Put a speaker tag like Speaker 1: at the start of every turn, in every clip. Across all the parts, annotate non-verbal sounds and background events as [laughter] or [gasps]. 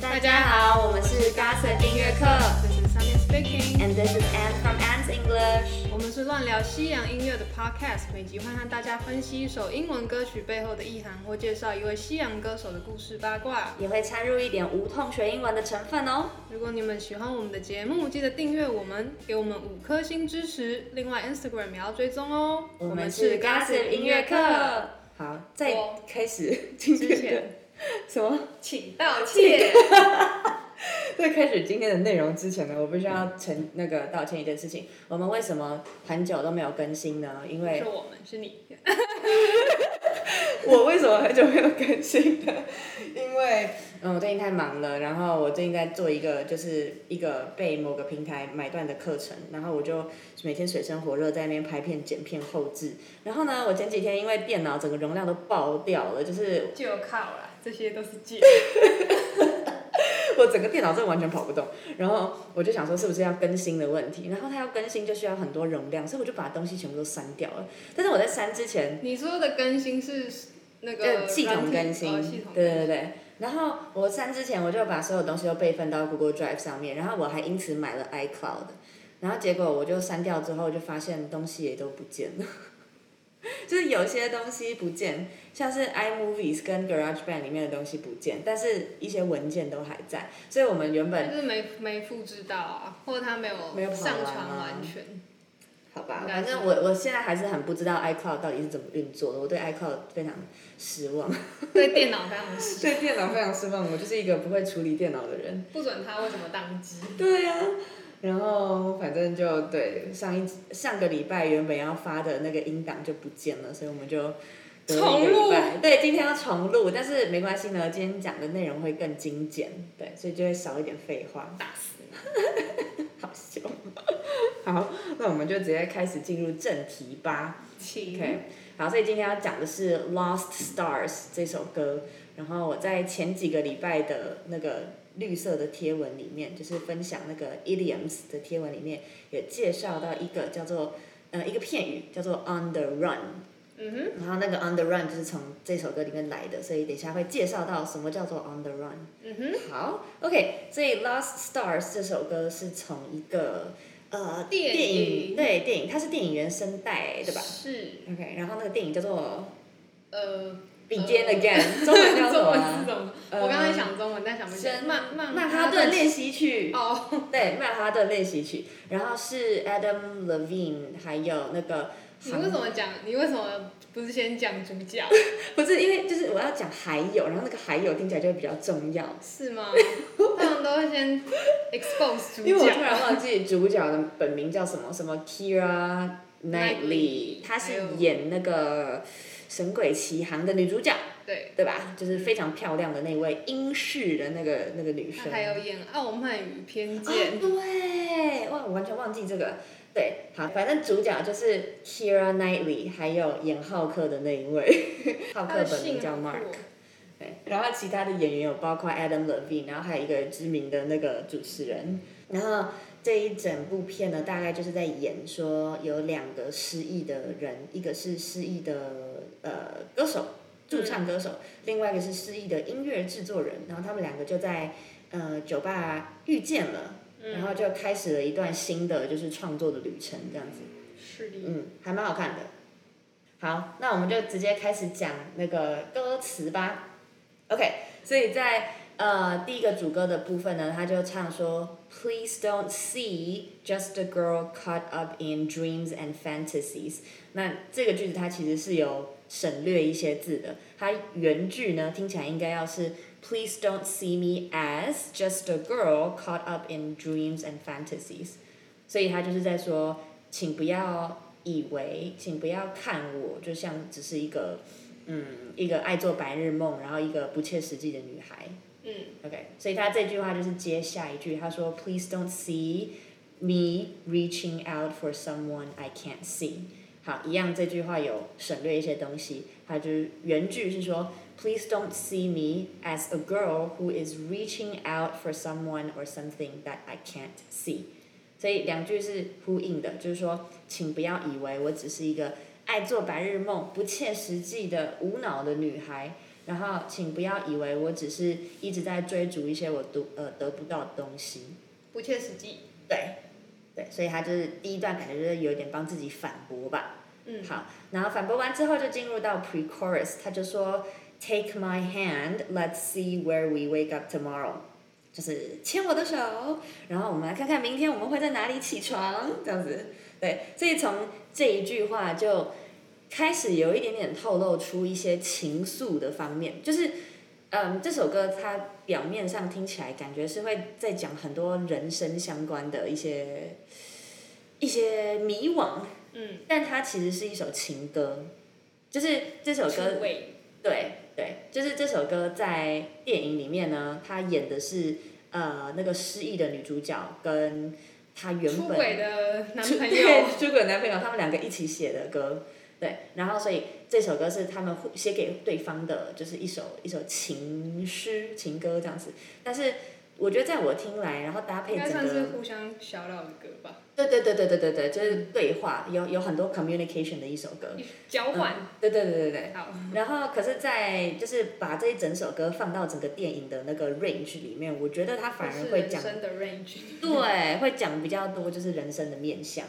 Speaker 1: 大家好，我们是 Gossip 音乐课
Speaker 2: This is Sunny speaking。
Speaker 1: ，and this is Anne from Anne's English。
Speaker 2: 我们是乱聊西洋音乐的 podcast，每集会和大家分析一首英文歌曲背后的意涵，或介绍一位西洋歌手的故事八卦。
Speaker 1: 也会掺入一点无痛学英文的成分哦。
Speaker 2: 如果你们喜欢我们的节目，记得订阅我们，给我们五颗星支持。另外，Instagram 也要追踪哦。
Speaker 1: 我们是 Gossip 音乐课。。好，在
Speaker 2: 我
Speaker 1: 开始今
Speaker 2: 之
Speaker 1: 天的
Speaker 2: 前
Speaker 1: 什么？
Speaker 2: 请道
Speaker 1: [laughs]
Speaker 2: 歉。
Speaker 1: 在开始今天的内容之前呢，我必须要承那个道歉一件事情。我们为什么很久都没有更新呢？因为
Speaker 2: 说我们是你，
Speaker 1: [laughs] 我为什么很久没有更新呢？因为嗯，我最近太忙了，然后我最近在做一个就是一个被某个平台买断的课程，然后我就每天水深火热在那边拍片、剪片、后置。然后呢，我前几天因为电脑整个容量都爆掉了，就是
Speaker 2: 就靠啦，这些都是借。
Speaker 1: 我整个电脑真的完全跑不动，然后我就想说是不是要更新的问题，然后它要更新就需要很多容量，所以我就把东西全部都删掉了。但是我在删之前，
Speaker 2: 你说的更新是那
Speaker 1: 呃，
Speaker 2: 个
Speaker 1: 系统更新，
Speaker 2: 软体哦系统
Speaker 1: 对
Speaker 2: 更
Speaker 1: 对对。然后我删之前，我就把所有东西都备份到 Google Drive 上面，然后我还因此买了 iCloud，然后结果我就删掉之后，就发现东西也都不见了， [laughs] 就是有些东西不见，像是 iMovies 跟 GarageBand 里面的东西不见，但是一些文件都还在，所以我们原本
Speaker 2: 但是没没复制到啊，或者他没
Speaker 1: 没有
Speaker 2: 有
Speaker 1: 跑
Speaker 2: 上
Speaker 1: 完
Speaker 2: 传
Speaker 1: 啊
Speaker 2: 完全。
Speaker 1: 好吧，
Speaker 2: 应该
Speaker 1: 反
Speaker 2: 是
Speaker 1: 正我我现在还是很不知道 iCloud 到底是怎么运作的，我对 iCloud 非常失望，
Speaker 2: 对电脑非常失
Speaker 1: 对电脑非常失望，我就是一个不会处理电脑的人。
Speaker 2: 不准他为什么宕机？
Speaker 1: [laughs] 对呀、然后反正就对上一上个礼拜原本要发的那个音档就不见了，所以我们就隔了一个礼拜。对，今天要重录，但是没关系呢，今天讲的内容会更精简，对，所以就会少一点废话。
Speaker 2: 打死你！
Speaker 1: [laughs] 好笑。好，那我们就直接开始进入正题吧。
Speaker 2: 请
Speaker 1: OK，好，所以今天要讲的是《Lost Stars》这首歌。然后我在前几个礼拜的那个绿色的贴文里面，就是分享那个 idioms 的贴文里面，也介绍到一个叫做呃一个片语叫做 on the run。
Speaker 2: 嗯哼，
Speaker 1: 然后那个 on the run 就是从这首歌里面来的，所以等一下会介绍到什么叫做 on the run。
Speaker 2: 嗯哼，
Speaker 1: 好，OK，所以《Lost Stars》这首歌是从一个呃
Speaker 2: 电影
Speaker 1: 对电影，它是电影原声带哎对吧？
Speaker 2: 是
Speaker 1: OK，然后那个电影叫做
Speaker 2: 呃，
Speaker 1: 《Begin
Speaker 2: [laughs]
Speaker 1: Again》，中文叫什么
Speaker 2: 中文
Speaker 1: 啊
Speaker 2: 是？什么？
Speaker 1: 呃
Speaker 2: 我刚才想中文，但想不起来。
Speaker 1: 是
Speaker 2: 曼曼
Speaker 1: 曼哈顿练习曲，
Speaker 2: 哦，
Speaker 1: [laughs] 对，曼哈顿练习曲。然后是 Adam Levine，还有那个
Speaker 2: 你为什么讲？你为什么不是先讲主角？
Speaker 1: 不是因为就是我要讲还有，然后那个还有听起来就会比较重要。
Speaker 2: 是
Speaker 1: [laughs]
Speaker 2: 吗？通常都会先 expose 主
Speaker 1: 因为我突
Speaker 2: 角。
Speaker 1: 然忘记主角的本名叫什么，什么 Kira Knightley，
Speaker 2: Knightley，
Speaker 1: 她是
Speaker 2: 还有
Speaker 1: 演那个《神鬼奇航》的女主角，
Speaker 2: 对，
Speaker 1: 对吧？就是非常漂亮的那位英式的那个那个女
Speaker 2: 他
Speaker 1: 生。
Speaker 2: 还有演《傲慢与偏
Speaker 1: 哦
Speaker 2: 见》，
Speaker 1: 对，哇，我完全忘记这个。对，好，反正主角就是 Kira Knightley，还有演浩克的那一位， [laughs] 浩
Speaker 2: 他
Speaker 1: 克
Speaker 2: 的
Speaker 1: 本名
Speaker 2: 姓
Speaker 1: 叫
Speaker 2: 很
Speaker 1: Mark。
Speaker 2: 酷
Speaker 1: 对，然后其他的演员有包括 Adam Levine，然后还有一个知名的那个主持人。然后这一整部片呢，大概就是在演说有两个失忆的人，一个是失忆的呃歌手，驻唱歌手，另外一个是失忆的音乐制作人。然后他们两个就在呃酒吧遇见了，然后就开始了一段新的就是创作的旅程，这样子。
Speaker 2: 是的，
Speaker 1: 嗯，还蛮好看的。好，那我们就直接开始讲那个歌词吧。OK，所以在呃第一个主歌的部分呢，他就唱说，Please don't see just a girl caught up in dreams and fantasies。那这个句子它其实是有省略一些字的，它原句呢听起来应该要是 Please don't see me as just a girl caught up in dreams and fantasies。所以他就是在说，请不要以为，请不要看我，就像只是一个，嗯，一个爱做白日梦，然后一个不切实际的女孩。
Speaker 2: 嗯。
Speaker 1: OK，所以他这句话就是接下一句，他说，Please don't see me reaching out for someone I can't see。好，一样这句话有省略一些东西，它就是原句是说，Please don't see me as a girl who is reaching out for someone or something that I can't see。所以两句是呼应的，就是说，请不要以为我只是一个爱做白日梦、不切实际的无脑的女孩，然后请不要以为我只是一直在追逐一些我读呃得不到的东西。
Speaker 2: 不切实际。
Speaker 1: 对，对，所以他就是第一段感觉就是有点帮自己反驳吧。
Speaker 2: 嗯，
Speaker 1: 好，然后反驳完之后就进入到 pre chorus，他就说 Take my hand, let's see where we wake up tomorrow，就是牵我的手，然后我们来看看明天我们会在哪里起床，这样子。对，所以从这一句话就开始有一点点透露出一些情愫的方面，就是。嗯，这首歌它表面上听起来感觉是会在讲很多人生相关的一些一些迷惘，
Speaker 2: 嗯，
Speaker 1: 但它其实是一首情歌，就是这首歌，
Speaker 2: 味。
Speaker 1: 对对，就是这首歌在电影里面呢，她演的是呃那个失忆的女主角跟她原
Speaker 2: 出
Speaker 1: 本
Speaker 2: 轨的男
Speaker 1: 出 [laughs]
Speaker 2: 朋 [laughs]
Speaker 1: 对
Speaker 2: 友，
Speaker 1: 出轨男朋友，他们两个一起写的歌，对，然后所以这首歌是他们互写给对方的，就是一首一首情诗情歌这样子，但是。我觉得在我听来，然后搭配
Speaker 2: 应该
Speaker 1: 整
Speaker 2: 算是
Speaker 1: 哎个，
Speaker 2: 互相小聊的歌吧，
Speaker 1: 对对对对对对对，就是对话，有有很多 communication 的一首歌，
Speaker 2: 交换。
Speaker 1: 对对对对嗯对，
Speaker 2: 好，
Speaker 1: 然后，可是，在就是把这一整首歌放到整个电影的那个 range 里面，我觉得它反
Speaker 2: 是
Speaker 1: 而会
Speaker 2: 人
Speaker 1: 讲，
Speaker 2: 生的 range。
Speaker 1: [laughs] 对，会讲比较多就是人生的面向。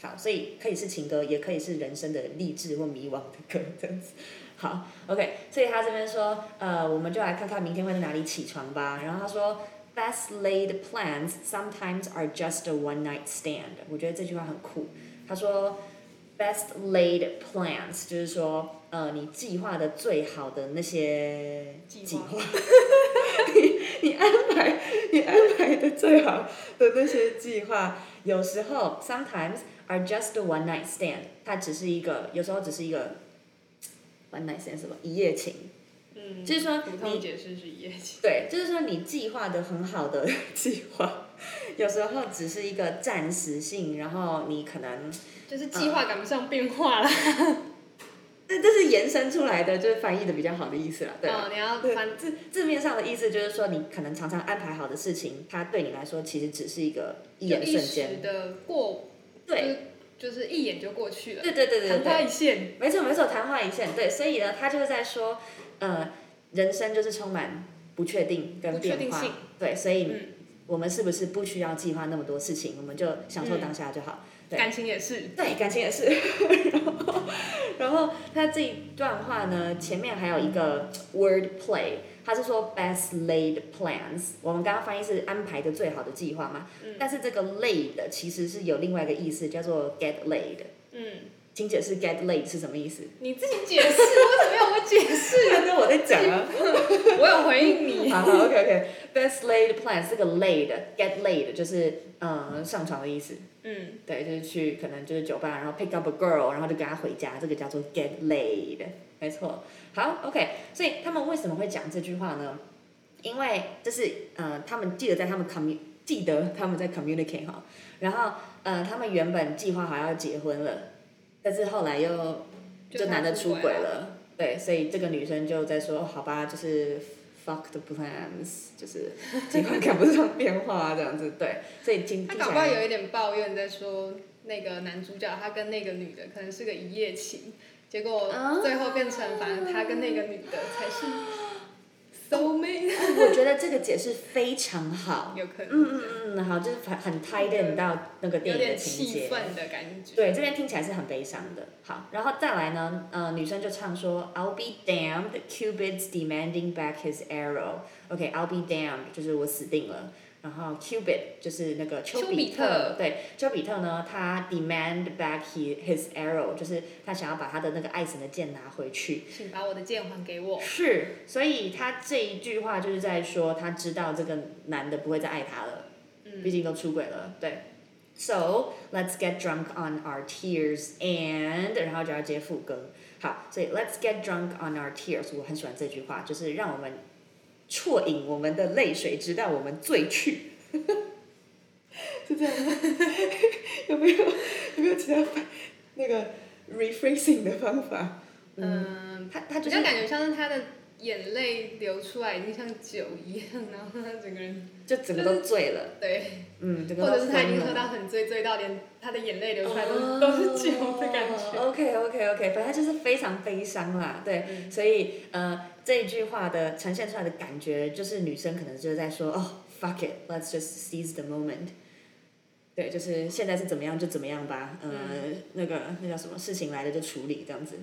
Speaker 1: 好，所以可以是情歌，也可以是人生的励志或迷惘的歌，这样子。好，OK，所以他这边说，呃，我们就来看看明天会在哪里起床吧。然后他说，Best laid plans sometimes are just a one night stand。我觉得这句话很酷。他说，Best laid plans 就是说，呃，你计划的最好的那些
Speaker 2: 计划
Speaker 1: 计划， [laughs] 你你安排你安排的最好的那些计划，有时候 sometimes are just a one night stand，它只是一个，有时候只是一个 one night stand 是什么一夜情，
Speaker 2: 嗯，
Speaker 1: 就是说
Speaker 2: 普
Speaker 1: 你
Speaker 2: 通解释是一夜情。
Speaker 1: 对，就是说你计划的很好的 [laughs] 计划，有时候只是一个暂时性，然后你可能
Speaker 2: 就是
Speaker 1: 嗯
Speaker 2: 计划赶不上变化了。
Speaker 1: 这这是延伸出来的，就是翻译的比较好的意思啦，对。
Speaker 2: 哦，你要
Speaker 1: 对
Speaker 2: 反正
Speaker 1: 字面上的意思就是说，你可能常常安排好的事情，它对你来说其实只是一个一眼
Speaker 2: 一
Speaker 1: 瞬
Speaker 2: 时
Speaker 1: 间，
Speaker 2: 的过，
Speaker 1: 对，
Speaker 2: 就是，就是一眼就过去了，
Speaker 1: 对对对对
Speaker 2: 昙
Speaker 1: 对。
Speaker 2: 花一现。
Speaker 1: 没错没错，昙花一现。对，所以呢，他就是在说，呃，人生就是充满不确定跟变
Speaker 2: 不确定
Speaker 1: 化
Speaker 2: 性。
Speaker 1: 对，所以
Speaker 2: 嗯，
Speaker 1: 我们是不是不需要计划那么多事情，我们就享受当下就好？对
Speaker 2: 感情也是，
Speaker 1: 对，感情也 [laughs] 是。然后，然后他这一段话呢，前面还有一个 word play，他是说 best laid plans。我们刚刚翻译是安排的最好的计划嘛，
Speaker 2: 嗯
Speaker 1: 但是这个 laid 其实是有另外一个意思，叫做 get laid。
Speaker 2: 嗯，
Speaker 1: 请解释 get laid 是什么意思？
Speaker 2: 你自己解释，为什么要我解释？ [laughs]
Speaker 1: 是啊，那我在讲啊。
Speaker 2: 我有回
Speaker 1: [laughs]
Speaker 2: 应你。
Speaker 1: 好好，OK OK。Best laid plans 这个 laid get laid 就是嗯上床的意思，
Speaker 2: 嗯，
Speaker 1: 对，就是去可能就是酒吧，然后 pick up a girl，然后就跟她回家，这个叫做 get laid，没错。好，OK。所以他们为什么会讲这句话呢？因为就是呃，他们记得在他们 commu 记得他们在 communicate 哈，然后呃，他们原本计划好要结婚了，但是后来又就男的出轨。了，对，所以这个女生就在说，哦好吧，就是 fuck the plans，就是
Speaker 2: [laughs]
Speaker 1: 尽管赶不上变化啊这样子，对，所以听
Speaker 2: 他
Speaker 1: 听
Speaker 2: 搞
Speaker 1: 起
Speaker 2: 不好
Speaker 1: 来，
Speaker 2: 有一点抱怨，在说那个男主角他跟那个女的可能是个一夜情，结果
Speaker 1: 啊
Speaker 2: 最后变成反正他跟那个女的才是 soul mate，
Speaker 1: 我觉得这个解释非常好，
Speaker 2: [laughs] 有可能
Speaker 1: 嗯嗯嗯，好，就是很很 tied in 到那个
Speaker 2: 有
Speaker 1: 电影的
Speaker 2: 点
Speaker 1: 情
Speaker 2: 气
Speaker 1: 节，
Speaker 2: 愤的感觉。
Speaker 1: 对，这边听起来是很悲伤的。好，然后再来呢，呃，女生就唱说，I'll be damned, Cupid's demanding back his arrow。OK，I'll、be damned，就是我死定了。然后 Cupid 就是那个丘
Speaker 2: 丘
Speaker 1: 比
Speaker 2: 比
Speaker 1: 特，
Speaker 2: 特
Speaker 1: 对，丘比特呢，他 demand back he, his arrow，就是他想要把他的那个爱神的箭拿回去。
Speaker 2: 请把我的剑还给我。
Speaker 1: 是，所以他这一句话就是在说，他知道这个男的不会再爱他了，
Speaker 2: 嗯
Speaker 1: 毕竟都出轨了，对。So let's get drunk on our tears and，然后就要接副歌。好，所以 let's get drunk on our tears，我很喜欢这句话，就是让我们啜饮我们的泪水，直到我们醉去。 [laughs] 是这样吗？ [laughs] 有没有有没有其他那个 rephrasing 的方法？
Speaker 2: 嗯，
Speaker 1: 他他
Speaker 2: 比
Speaker 1: 就是
Speaker 2: 较感觉像是他的眼泪流出来已经像酒一样，然后他整个人
Speaker 1: 就整个都醉了，
Speaker 2: 对，
Speaker 1: 嗯，整个
Speaker 2: 或
Speaker 1: 都
Speaker 2: 者是他已
Speaker 1: 疯
Speaker 2: 经喝
Speaker 1: 了。哦
Speaker 2: 到很醉，醉到连他的眼泪流出来都是都是酒的感觉。
Speaker 1: OK OK OK，反正就是非常悲伤啦，对，
Speaker 2: 嗯
Speaker 1: 所以呃这一句话的呈现出来的感觉，就是女生可能就是在说哦 fuck it，let's just seize the moment。对，就是现在是怎么样就怎么样吧，呃，
Speaker 2: 嗯
Speaker 1: 那个那叫什么事情来了就处理这样子。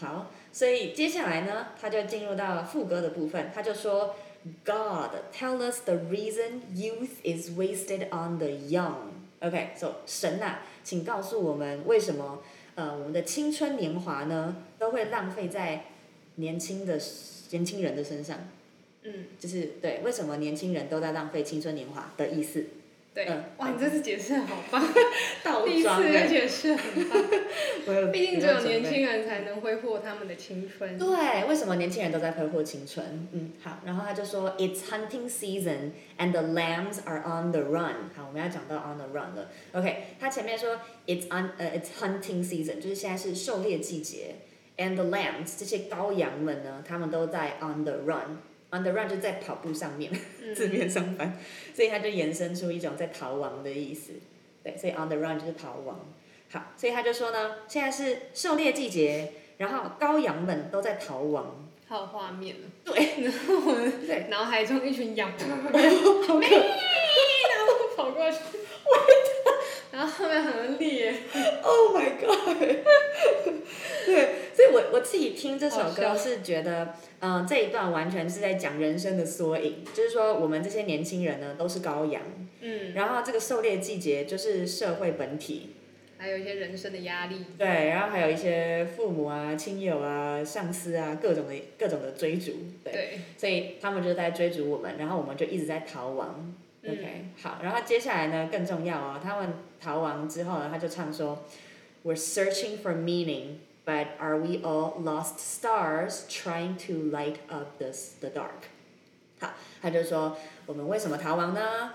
Speaker 1: 好，所以接下来呢，他就进入到副歌的部分，他就说，God tell us the reason youth is wasted on the young。OK，so、神呐、请告诉我们为什么呃我们的青春年华呢都会浪费在年轻的年轻人的身上，
Speaker 2: 嗯，
Speaker 1: 就是对为什么年轻人都在浪费青春年华的意思。
Speaker 2: 对
Speaker 1: 嗯，
Speaker 2: 哇，你这次解释得好棒，
Speaker 1: 倒
Speaker 2: 第一次
Speaker 1: 装
Speaker 2: 就 [laughs]
Speaker 1: 欸
Speaker 2: 解释很棒。
Speaker 1: 我有
Speaker 2: 毕
Speaker 1: 比
Speaker 2: 竟只
Speaker 1: 较
Speaker 2: 有
Speaker 1: 准备
Speaker 2: 年轻人才能挥霍他们的青春。
Speaker 1: 对，为什么年轻人都在挥霍青春？嗯，好，然后他就说，It's hunting season and the lambs are on the run。好，我们要讲到 on the run 了。OK，他前面说 It's on 呃、It's hunting season，就是现在是狩猎季节，and the lambs 这些羔羊们呢，他们都在 on the run。On the run 就在跑步上面，字面上翻，所以他就延伸出一种在逃亡的意思。对，所以 on the run 就是逃亡。好，所以他就说呢，现在是狩猎季节，然后羔羊们都在逃亡，
Speaker 2: 还有画面了，
Speaker 1: 对，
Speaker 2: 然后我们
Speaker 1: 对
Speaker 2: 脑海中一群
Speaker 1: [laughs]
Speaker 2: 羊，
Speaker 1: 好可
Speaker 2: 然后跑过去，然后后面很裂，
Speaker 1: ，Oh my god！对，所以我我自己听这首
Speaker 2: 好
Speaker 1: 歌
Speaker 2: 笑
Speaker 1: 是觉得，嗯、这一段完全是在讲人生的缩影，就是说我们这些年轻人呢都是羔羊，
Speaker 2: 嗯，
Speaker 1: 然后这个狩猎季节就是社会本体，
Speaker 2: 还有一些人生的压力，
Speaker 1: 对，然后还有一些父母啊、亲友啊、上司啊各种的各种的追逐，对，
Speaker 2: 对，
Speaker 1: 所以他们就在追逐我们，然后我们就一直在逃亡，OK，好，
Speaker 2: 嗯
Speaker 1: 然后接下来呢更重要哦，他们逃亡之后呢，他就唱说，We're searching for meaning, but are we all lost stars trying to light up the s- the dark？好，他就说我们为什么逃亡呢？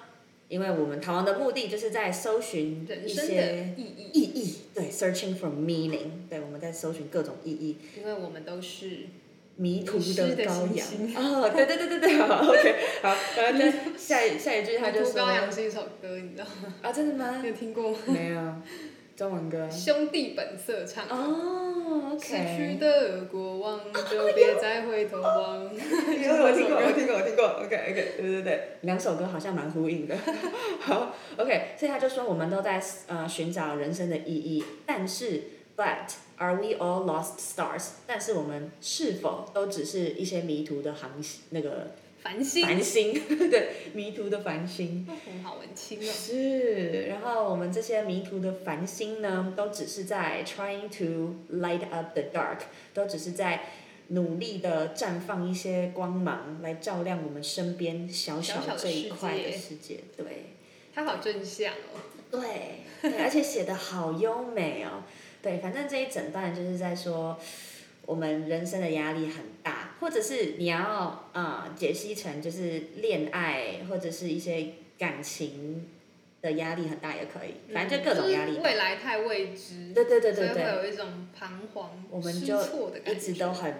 Speaker 1: 因为我们逃亡的目的就是在搜寻
Speaker 2: 嗯人
Speaker 1: 一
Speaker 2: 生的
Speaker 1: 些
Speaker 2: 意义，
Speaker 1: 意义，对，searching for meaning，对，我们在搜寻各种意义。
Speaker 2: 因为我们都是
Speaker 1: 迷途
Speaker 2: 迷失
Speaker 1: 的
Speaker 2: 的
Speaker 1: 羔
Speaker 2: 星
Speaker 1: 羊
Speaker 2: 星
Speaker 1: 哦，对对对对对，好，OK，好，然后再下一下一句他
Speaker 2: 《
Speaker 1: 就
Speaker 2: 孤
Speaker 1: 说
Speaker 2: 羔羊》是一首歌，你知道吗？
Speaker 1: 啊，真的吗
Speaker 2: 你？有听过吗？
Speaker 1: [laughs] 没有，中文歌。
Speaker 2: 兄弟本色唱
Speaker 1: [laughs]
Speaker 2: 的。
Speaker 1: 哦
Speaker 2: 逝去的过往，
Speaker 1: [laughs]
Speaker 2: 就别再回头望。
Speaker 1: 有我听
Speaker 2: [laughs]
Speaker 1: 过，我听过，我听过。OK OK，对对对，两首歌好像蛮呼应的。 [laughs] 好，OK，所以他就说我们都在呃寻找人生的意义，但是 But are we all lost stars？但是我们是否都只是一些迷途的航那个
Speaker 2: 繁星，
Speaker 1: 繁星？ [laughs] 对，迷途的繁星。
Speaker 2: 哦我们好文青哦。
Speaker 1: 是，然后我们这些迷途的繁星呢，都只是在 trying to light up the dark，都只是在努力的绽放一些光芒，来照亮我们身边小
Speaker 2: 小小的
Speaker 1: 这一
Speaker 2: 世
Speaker 1: 块的
Speaker 2: 界
Speaker 1: 世界。对，
Speaker 2: 他好正向哦。
Speaker 1: 对，对，而且写的好优美哦。对，反正这一整段就是在说，我们人生的压力很大，或者是你要啊、呃解析成就是恋爱或者是一些感情的压力很大也可以，反正就各种压力
Speaker 2: 就是。未来太未知，
Speaker 1: 对对对对
Speaker 2: 所以会
Speaker 1: 对，
Speaker 2: 有一种彷徨、
Speaker 1: 我们
Speaker 2: 失
Speaker 1: 就
Speaker 2: 措的感觉。
Speaker 1: 一直都很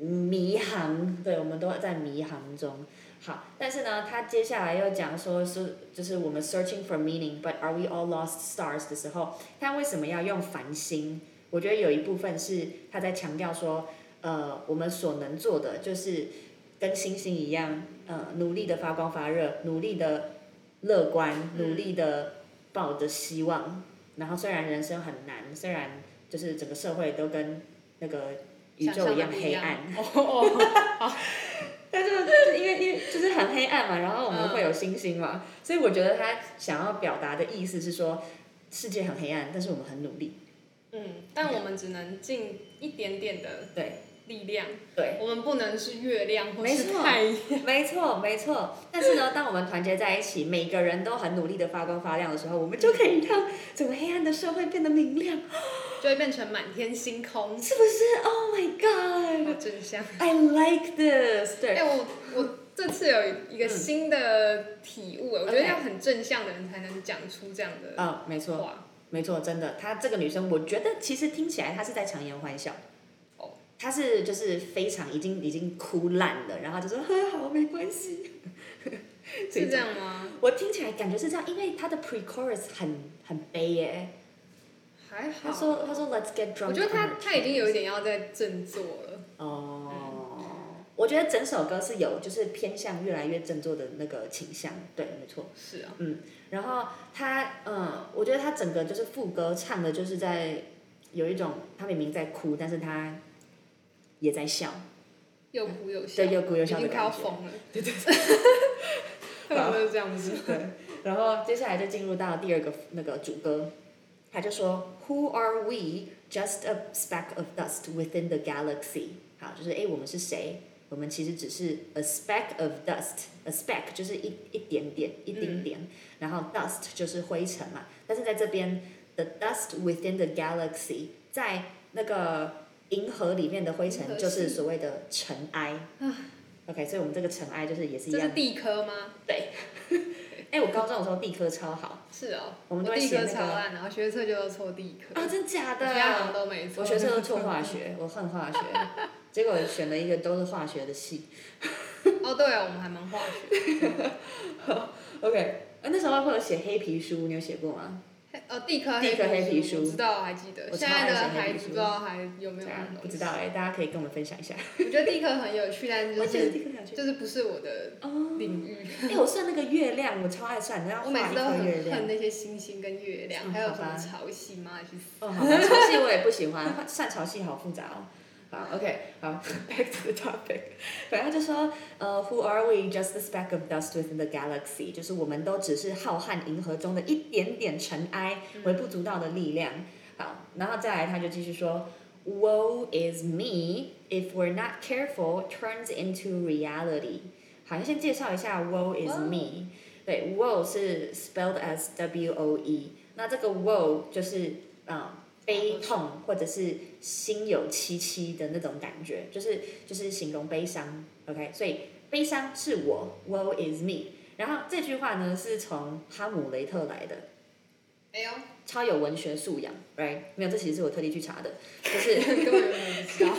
Speaker 1: 迷航，对，我们都在迷航中。好，但是呢，他接下来又讲说是就是我们 searching for meaning，but are we all lost stars 的时候，他为什么要用繁星？我觉得有一部分是他在强调说，呃，我们所能做的就是跟星星一样，呃，努力的发光发热，努力的乐观，努力的抱着希望。然后虽然人生很难，虽然就是整个社会都跟那个宇
Speaker 2: 想象
Speaker 1: 宙
Speaker 2: 的
Speaker 1: 一样
Speaker 2: 不
Speaker 1: 黑暗，
Speaker 2: 哦
Speaker 1: [laughs]
Speaker 2: 哦，
Speaker 1: 但是就是因为因为就是很黑暗嘛，然后我们会有星星嘛，所以我觉得他想要表达的意思是说，世界很黑暗，但是我们很努力，
Speaker 2: 嗯，但我们只能尽一点点的
Speaker 1: 对
Speaker 2: 力量，
Speaker 1: 对，
Speaker 2: 我们不能是月亮或
Speaker 1: 没
Speaker 2: 是
Speaker 1: 错
Speaker 2: 太阳。
Speaker 1: [laughs] 没错没错。但是呢，当我们团结在一起，每个人都很努力的发光发亮的时候，我们就可以让整个黑暗的社会变得明亮，
Speaker 2: 就会变成满天星空，
Speaker 1: 是不是？Oh my
Speaker 2: 好正向。
Speaker 1: god，I like this，
Speaker 2: 哎、
Speaker 1: 对，
Speaker 2: 我我这次有一个新的体悟，哎我觉得
Speaker 1: OK
Speaker 2: 要很正向的人才能讲出这样的
Speaker 1: 啊、没错
Speaker 2: 话。
Speaker 1: 没错，真的，她这个女生，我觉得其实听起来她是在强颜欢笑
Speaker 2: 哦，
Speaker 1: 他是就是非常已经已经哭烂了，然后就说呵好没关系，
Speaker 2: 是这样吗？
Speaker 1: 我听起来感觉是这样，因为他的 pre chorus 很很悲耶。
Speaker 2: 还
Speaker 1: 他
Speaker 2: 好，
Speaker 1: 说他说 Let's get drunk on
Speaker 2: 我
Speaker 1: our
Speaker 2: 觉
Speaker 1: dreams。
Speaker 2: 得他他已经有一点要在振作了。
Speaker 1: 哦，我觉得整首歌是有就是偏向越来越振作的那个倾向，对，没错。
Speaker 2: 是啊，
Speaker 1: 然后他，嗯，我觉得他整个就是副歌唱的，就是在有一种他明明在哭，但是他也在笑，
Speaker 2: 又哭又笑，
Speaker 1: 对，又哭又
Speaker 2: 已
Speaker 1: 笑
Speaker 2: 经
Speaker 1: 的
Speaker 2: 快要
Speaker 1: 感觉。
Speaker 2: 疯了。
Speaker 1: 对对
Speaker 2: [laughs] 他们都是这样子。
Speaker 1: [laughs] 对。然后接下来就进入到第二个那个主歌，他就说，Who are we? Just a speck of dust within the galaxy。好，就是诶，我们是谁？我们其实只是 a speck of dust，a speck 就是一一点点、一丁
Speaker 2: 嗯
Speaker 1: 点，然后 dust 就是灰尘嘛。但是在这边，the dust within the galaxy，在那个银河里面的灰
Speaker 2: 银河
Speaker 1: 尘就是
Speaker 2: 系啊
Speaker 1: 所谓的尘埃。OK，所以我们这个尘埃就是也是一
Speaker 2: 这
Speaker 1: 样
Speaker 2: 是地科吗？
Speaker 1: 哎、我高中的时候地科超好
Speaker 2: 是哦，
Speaker 1: 我们都会
Speaker 2: 地
Speaker 1: 写
Speaker 2: 科
Speaker 1: 那个
Speaker 2: 超烂，然后学测就都错地科，
Speaker 1: 啊，真假
Speaker 2: 其他好像
Speaker 1: 的？
Speaker 2: 都没错。
Speaker 1: 我学测都错化学，我恨化学，结果选了一个都是化学的系。
Speaker 2: 哦，对啊，我们还蛮化学。
Speaker 1: OK，呃、那时候会有写黑皮书，你有写过吗？
Speaker 2: 黑哦，地科
Speaker 1: 地科黑皮
Speaker 2: 书，
Speaker 1: 书
Speaker 2: 我知道，还记得。
Speaker 1: 我
Speaker 2: 现
Speaker 1: 超
Speaker 2: 在
Speaker 1: 爱
Speaker 2: 的
Speaker 1: 写黑
Speaker 2: 孩
Speaker 1: 皮
Speaker 2: 子
Speaker 1: 书
Speaker 2: 不知道还有没
Speaker 1: 对
Speaker 2: 有那
Speaker 1: 啊
Speaker 2: 种东西
Speaker 1: 不知道。哎、大家可以跟我们分享一下。
Speaker 2: 我觉得地科很有趣，但就
Speaker 1: 我觉得
Speaker 2: 是
Speaker 1: 地科有趣
Speaker 2: 就是不是我的
Speaker 1: 哦。
Speaker 2: 领域。
Speaker 1: 哎、我算那个月亮，我超爱算，嗯然后
Speaker 2: 我每
Speaker 1: 画
Speaker 2: 次
Speaker 1: 一
Speaker 2: 都
Speaker 1: 颗
Speaker 2: 很
Speaker 1: 月亮
Speaker 2: 恨。那些星星跟月亮，
Speaker 1: 嗯
Speaker 2: 还有
Speaker 1: 好
Speaker 2: 什么
Speaker 1: 吧
Speaker 2: 潮汐嘛，去死。
Speaker 1: 哦，好吧，潮汐我也不喜欢， [laughs] 算潮汐好复杂哦。好，OK，好 [laughs] ，back to the topic。反正他就说，呃，Who are we? Just a speck of dust within the galaxy，就是我们都只是浩瀚银河中的一点点尘埃，微不足道的力量。好，然后再来，他就继续说，Woe is me if we're not careful turns into reality。好，先介绍一下 Woe is
Speaker 2: Woe
Speaker 1: me。对，Woe 是 spelled as W O E，那这个 Woe 就是嗯悲痛或者是心有戚戚的那种感觉，就是就是形容悲伤。OK，所以悲伤是我，Woe is me。然后这句话呢是从哈姆雷特来的，
Speaker 2: 哎 [laughs] 呦，
Speaker 1: 超有文学素养，right？没有，这其实是我特地去查的，就是
Speaker 2: 根本就没有知道。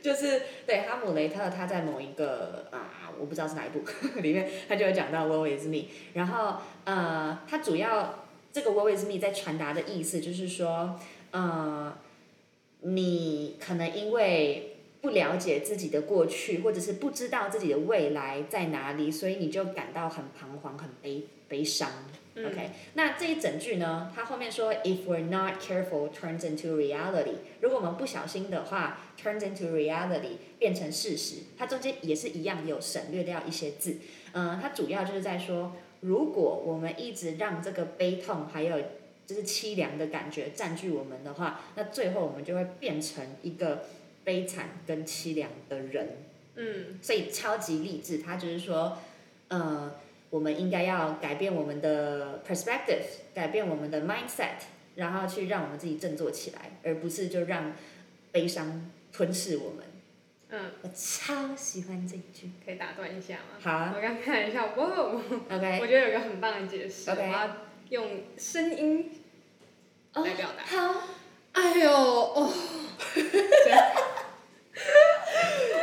Speaker 1: 就是对哈姆雷特，他在某一个啊、我不知道是哪一部 [laughs] 里面，他就有讲到 “woe is me”，然后呃，他主要这个 “woe is me” 在传达的意思就是说，呃，你可能因为不了解自己的过去，或者是不知道自己的未来在哪里，所以你就感到很彷徨、很悲悲伤。OK，那这一整句呢，它后面说 "If we're not careful, turns into reality"。如果我们不小心的话，turns into reality 变成事实。它中间也是一样有省略掉一些字。嗯、它主要就是在说，如果我们一直让这个悲痛还有就是凄凉的感觉占据我们的话，那最后我们就会变成一个悲惨跟凄凉的人。
Speaker 2: 嗯，
Speaker 1: 所以超级励志，他就是说，呃，我们应该要改变我们的 perspective，改变我们的 mindset，然后去让我们自己振作起来，而不是就让悲伤吞噬我们。
Speaker 2: 嗯，
Speaker 1: 我超喜欢这一句。
Speaker 2: 可以打断一下吗？
Speaker 1: 好啊
Speaker 2: 我刚看了一下，哇哦，我
Speaker 1: ，OK，
Speaker 2: 觉得有个很棒的解释，我
Speaker 1: OK
Speaker 2: 要用声音
Speaker 1: 哦
Speaker 2: 来表达。
Speaker 1: 好，
Speaker 2: 哎呦，哦，这样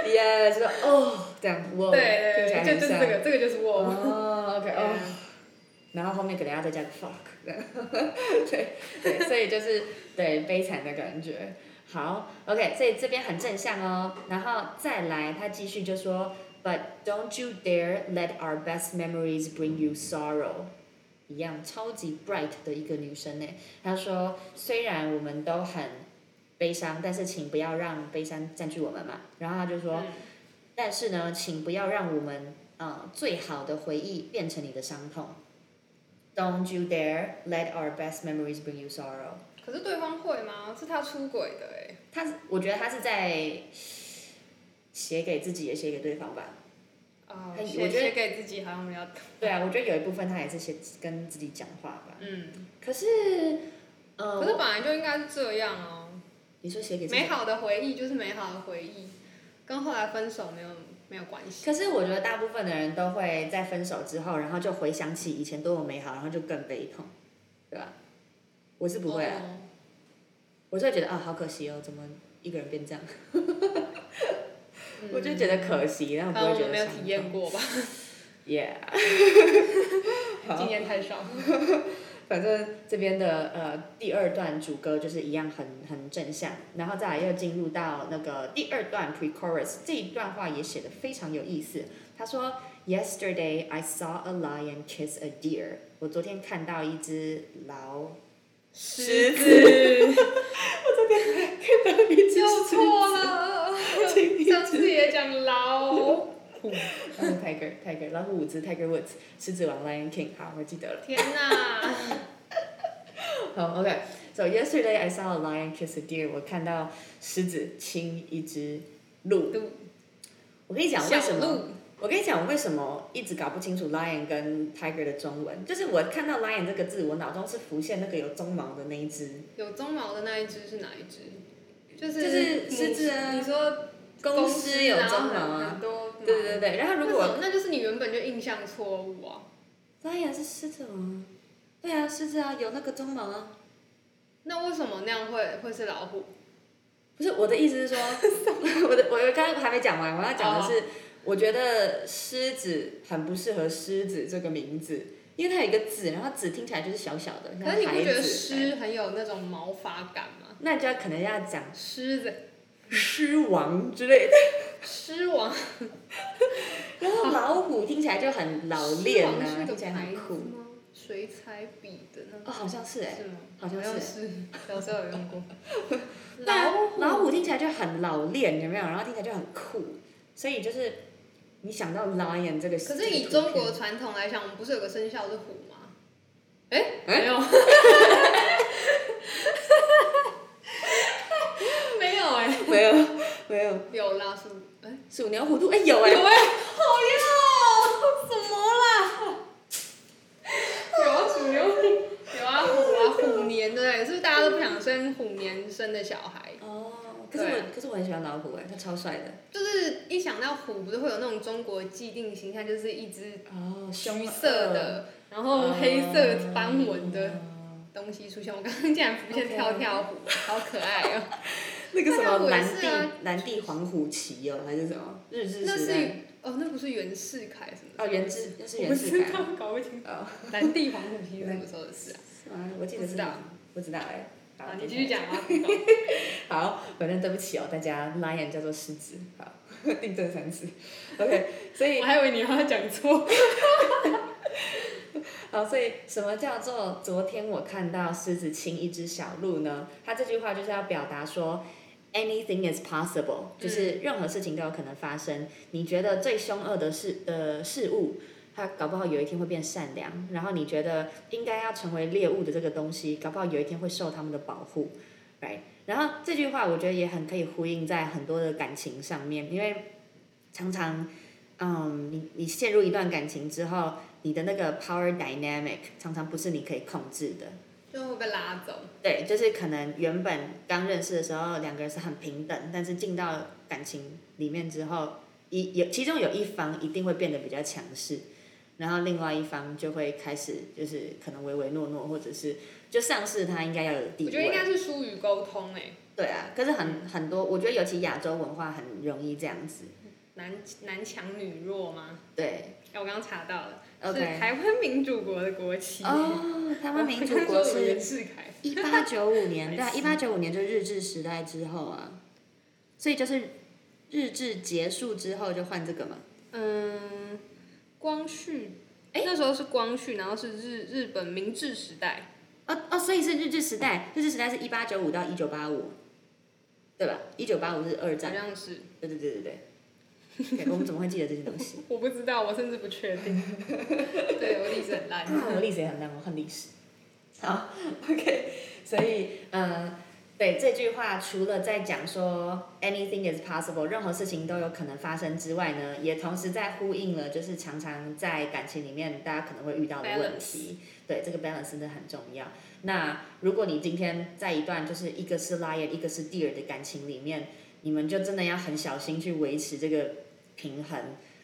Speaker 1: 耶，就是哦，这样，哇，
Speaker 2: 对
Speaker 1: 听起来很
Speaker 2: 对对，就就是
Speaker 1: 像
Speaker 2: 这。个，这个就是我。
Speaker 1: 哦，OK，哦
Speaker 2: Yeah。
Speaker 1: 然后后面可能要再加个 fuck，对 [laughs] 对，对所以就是对悲惨的感觉。好，OK，所以这边很正向哦。然后再来，他继续就说，But don't you dare let our best memories bring you sorrow。一样超级 bright 的一个女生呢，她说虽然我们都很悲伤，但是请不要让悲伤占据我们嘛。然后她就说，
Speaker 2: 嗯
Speaker 1: 但是呢，请不要让我们呃最好的回忆变成你的伤痛。Don't you dare let our best memories bring you sorrow。
Speaker 2: 可是对方会吗？是他出轨的哎。
Speaker 1: 他是，我觉得他是在写给自己，也写给对方吧。
Speaker 2: 哦，
Speaker 1: 很
Speaker 2: 写
Speaker 1: 我觉得
Speaker 2: 写给自己好像比较，
Speaker 1: 对啊，我觉得有一部分他也是写跟自己讲话吧。
Speaker 2: 嗯，
Speaker 1: 可是，呃，
Speaker 2: 可是
Speaker 1: 我
Speaker 2: 本来就应该是这样哦。
Speaker 1: 你说写给自己
Speaker 2: 美，好的回忆就是美好的回忆，跟后来分手没有没有关系。
Speaker 1: 可是我觉得大部分的人都会在分手之后，然后就回想起以前多么美好，然后就更悲痛，对吧？我是不会啊。
Speaker 2: 哦
Speaker 1: 我就会觉得啊，好可惜哦，怎么一个人变
Speaker 2: 嗯
Speaker 1: 这样，我就觉得可惜，然后
Speaker 2: 可
Speaker 1: 不
Speaker 2: 能
Speaker 1: 会
Speaker 2: 嗯我
Speaker 1: 觉得
Speaker 2: 们没有
Speaker 1: 伤
Speaker 2: 体验
Speaker 1: 痛
Speaker 2: [laughs] 过吧， [laughs]
Speaker 1: ，Yeah。
Speaker 2: 经验太少。
Speaker 1: 反正这边的呃第二段主歌就是一样很很正向，然后再来又进入到那个第二段 pre-chorus 这一段话也写的非常有意思。他说：“Yesterday I saw a lion kiss a deer。”我昨天看到一只老，
Speaker 2: 狮
Speaker 1: [laughs]
Speaker 2: 子，
Speaker 1: 看到一只
Speaker 2: 就
Speaker 1: [laughs]
Speaker 2: 错了。上次也讲
Speaker 1: [laughs]
Speaker 2: 老，
Speaker 1: 呃 tiger tiger 老虎伍兹 tiger woods 狮子王 lion king。好，我记得了。
Speaker 2: 天哪！
Speaker 1: 好，OK。So yesterday I saw a lion kiss a deer。我看到狮子亲一只鹿。
Speaker 2: 鹿
Speaker 1: 我跟你讲为
Speaker 2: 小
Speaker 1: 什么？
Speaker 2: 鹿，
Speaker 1: 我跟你讲，我为什么一直搞不清楚 lion 跟 tiger 的中文？就是我看到 lion 这个字，我脑中是浮现那个有鬃毛的那一只
Speaker 2: 有鬃毛的那一只是哪一只？就是
Speaker 1: 就是
Speaker 2: 母
Speaker 1: 狮子啊
Speaker 2: 你说
Speaker 1: 公狮有
Speaker 2: 然后
Speaker 1: 鬃毛
Speaker 2: 很
Speaker 1: 啊。
Speaker 2: 很多。
Speaker 1: 对对对，然后如果
Speaker 2: 那就是你原本就印象错误啊。
Speaker 1: lion 是狮子吗？对啊，狮子啊，有那个鬃毛啊。
Speaker 2: 那为什么那样会会是老虎？
Speaker 1: 不是我的意思 [laughs] 是说，我的我刚刚还没讲完，我要讲的是，我觉得狮子很不适合狮子这个名字，因为它有一个子，然后子听起来就是小小的，
Speaker 2: 可是你
Speaker 1: 像
Speaker 2: 不
Speaker 1: 孩
Speaker 2: 觉得
Speaker 1: 子
Speaker 2: 狮很有那种毛发感吗？
Speaker 1: 那你就要可能要讲
Speaker 2: 狮子，
Speaker 1: 狮王之类的。
Speaker 2: 狮王，
Speaker 1: 然后老虎听起来就很老练
Speaker 2: 狮王
Speaker 1: 啊，
Speaker 2: 是个
Speaker 1: 听起来
Speaker 2: 牌
Speaker 1: 很
Speaker 2: 子
Speaker 1: 酷。
Speaker 2: 吗？水彩笔的那
Speaker 1: 哦，好像是哎、
Speaker 2: 是吗？
Speaker 1: 好像
Speaker 2: 像
Speaker 1: 是
Speaker 2: 是，小时候有用过。
Speaker 1: 那
Speaker 2: 老虎，
Speaker 1: 老虎听起来就很老练，有没有？然后听起来就很酷，所以就是你想到 lion 这个，
Speaker 2: 可是以中国传统来讲，我们不是有个生肖是虎吗？哎，
Speaker 1: 哎
Speaker 2: [laughs] 没有，没有哎，
Speaker 1: 这个图片 [laughs] 没有没有
Speaker 2: 有啦是，哎，
Speaker 1: 鼠牛虎兔哎、有哎、
Speaker 2: 有哎，好呀，怎么啦？有啊，鼠牛，有啊，虎啊，虎年对不对？是不是大家都不想生虎年生的小孩？
Speaker 1: 哦，可是我、
Speaker 2: 对
Speaker 1: 可是我很喜欢老虎哎、它超帅的
Speaker 2: 就是一想到虎，不是会有那种中国既定形象，就是一只
Speaker 1: 哦，
Speaker 2: 橘
Speaker 1: 凶
Speaker 2: 色
Speaker 1: 恶，
Speaker 2: 的，然后黑色斑纹的
Speaker 1: 哦
Speaker 2: 东西出现。我刚刚竟然浮现
Speaker 1: OK
Speaker 2: 跳跳虎，好可爱哦！
Speaker 1: 那个什么
Speaker 2: 那
Speaker 1: 蓝
Speaker 2: 我也是
Speaker 1: 地、
Speaker 2: 啊
Speaker 1: 蓝地黄虎旗哦，还是什么日治
Speaker 2: 那
Speaker 1: 时
Speaker 2: 是
Speaker 1: 代？
Speaker 2: 哦，那不是袁世凯什么的？
Speaker 1: 哦，原汁那是
Speaker 2: 我不
Speaker 1: 原始
Speaker 2: 知
Speaker 1: 感
Speaker 2: 道，搞不清。
Speaker 1: 哦，
Speaker 2: 蓝地黄虎皮是什么时候的事啊？
Speaker 1: 是吗？我记得
Speaker 2: 不
Speaker 1: 是
Speaker 2: 知道
Speaker 1: 蓝，不知道哎、 [laughs] 好
Speaker 2: 啊，你
Speaker 1: 等一
Speaker 2: 继
Speaker 1: 下
Speaker 2: 续讲啊。
Speaker 1: 好，反正对不起哦，大家 lion 叫做狮子，好， [laughs] 订正三次，OK，所以
Speaker 2: 我还以为你要讲错。
Speaker 1: 好，所以什么叫做昨天我看到狮子亲一只小鹿呢？它这句话就是要表达说，anything is possible，就是任何事情都有可能发生。你觉得最凶恶的事呃事物，它搞不好有一天会变善良，然后你觉得应该要成为猎物的这个东西，搞不好有一天会受他们的保护，right？然后这句话我觉得也很可以呼应在很多的感情上面，因为常常，嗯，你你陷入一段感情之后，你的那个 power dynamic 常常不是你可以控制的。
Speaker 2: 就会被拉走。
Speaker 1: 对，就是可能原本刚认识的时候，两个人是很平等，但是进到感情里面之后，一有其中有一方一定会变得比较强势，然后另外一方就会开始就是可能唯唯诺诺，或者是就丧失他应该要有的地
Speaker 2: 我觉得应
Speaker 1: 位。
Speaker 2: 该是疏于沟通哎，
Speaker 1: 对啊，可是很很多，我觉得尤其亚洲文化很容易这样子。
Speaker 2: 男男强女弱吗？
Speaker 1: 对
Speaker 2: 哎，我刚刚查到了，是
Speaker 1: ，OK。
Speaker 2: 台湾民主国的国旗。
Speaker 1: 哦，台湾民主国
Speaker 2: 我刚刚说
Speaker 1: 是
Speaker 2: 袁世凯。
Speaker 1: 一八九五年，对啊，
Speaker 2: 白
Speaker 1: 一八九五年就是日治时代之后啊，所以就是日治结束之后就换这个嘛。
Speaker 2: 嗯，光绪，哎、那时候是光绪，然后是日日本明治时代，
Speaker 1: 哦哦，所以是日治时代，日治时代是一八九五到一九八五，对吧？一九八五是二
Speaker 2: 好
Speaker 1: 战，
Speaker 2: 像是，
Speaker 1: 对对对对对。对我们怎么会记得这些东西？
Speaker 2: 我不知道，我甚至不
Speaker 1: [laughs]
Speaker 2: 确定。对我历史很烂。
Speaker 1: 啊，我历史也很烂，我恨历史。好，OK，所以呃，对这句话，除了在讲说 anything is possible，任何事情都有可能发生之外呢，也同时在呼应了，就是常常在感情里面大家可能会遇到的问题。对，这个 balance 真的很重要。那如果你今天在一段就是一个是 lion，一个是 deer 的感情里面，你们就真的要很小心去维持这个平衡。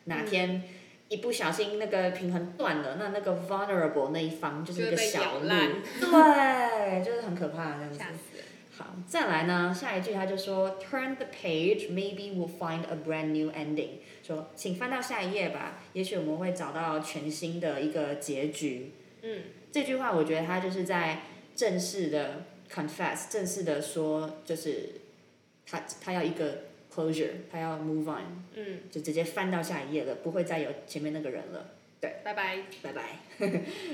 Speaker 1: 哪天一不小心那个平衡断了，那那个 vulnerable 那一方就是一个
Speaker 2: 就会被
Speaker 1: 小
Speaker 2: 咬
Speaker 1: 鹿，
Speaker 2: 烂
Speaker 1: 对，就是很可怕这样子
Speaker 2: 吓。死人！
Speaker 1: 好，再来呢，下一句他就说，Turn the page, maybe we'll find a brand new ending。说，请翻到下一页吧，也许我们会找到全新的一个结局。
Speaker 2: 嗯，
Speaker 1: 这句话我觉得他就是在正式的 confess，正式的说，就是他他要一个 closure，他要 move on，
Speaker 2: 嗯，
Speaker 1: 就直接翻到下一页了，不会再有前面那个人了。
Speaker 2: 拜拜。
Speaker 1: 拜拜。 [laughs]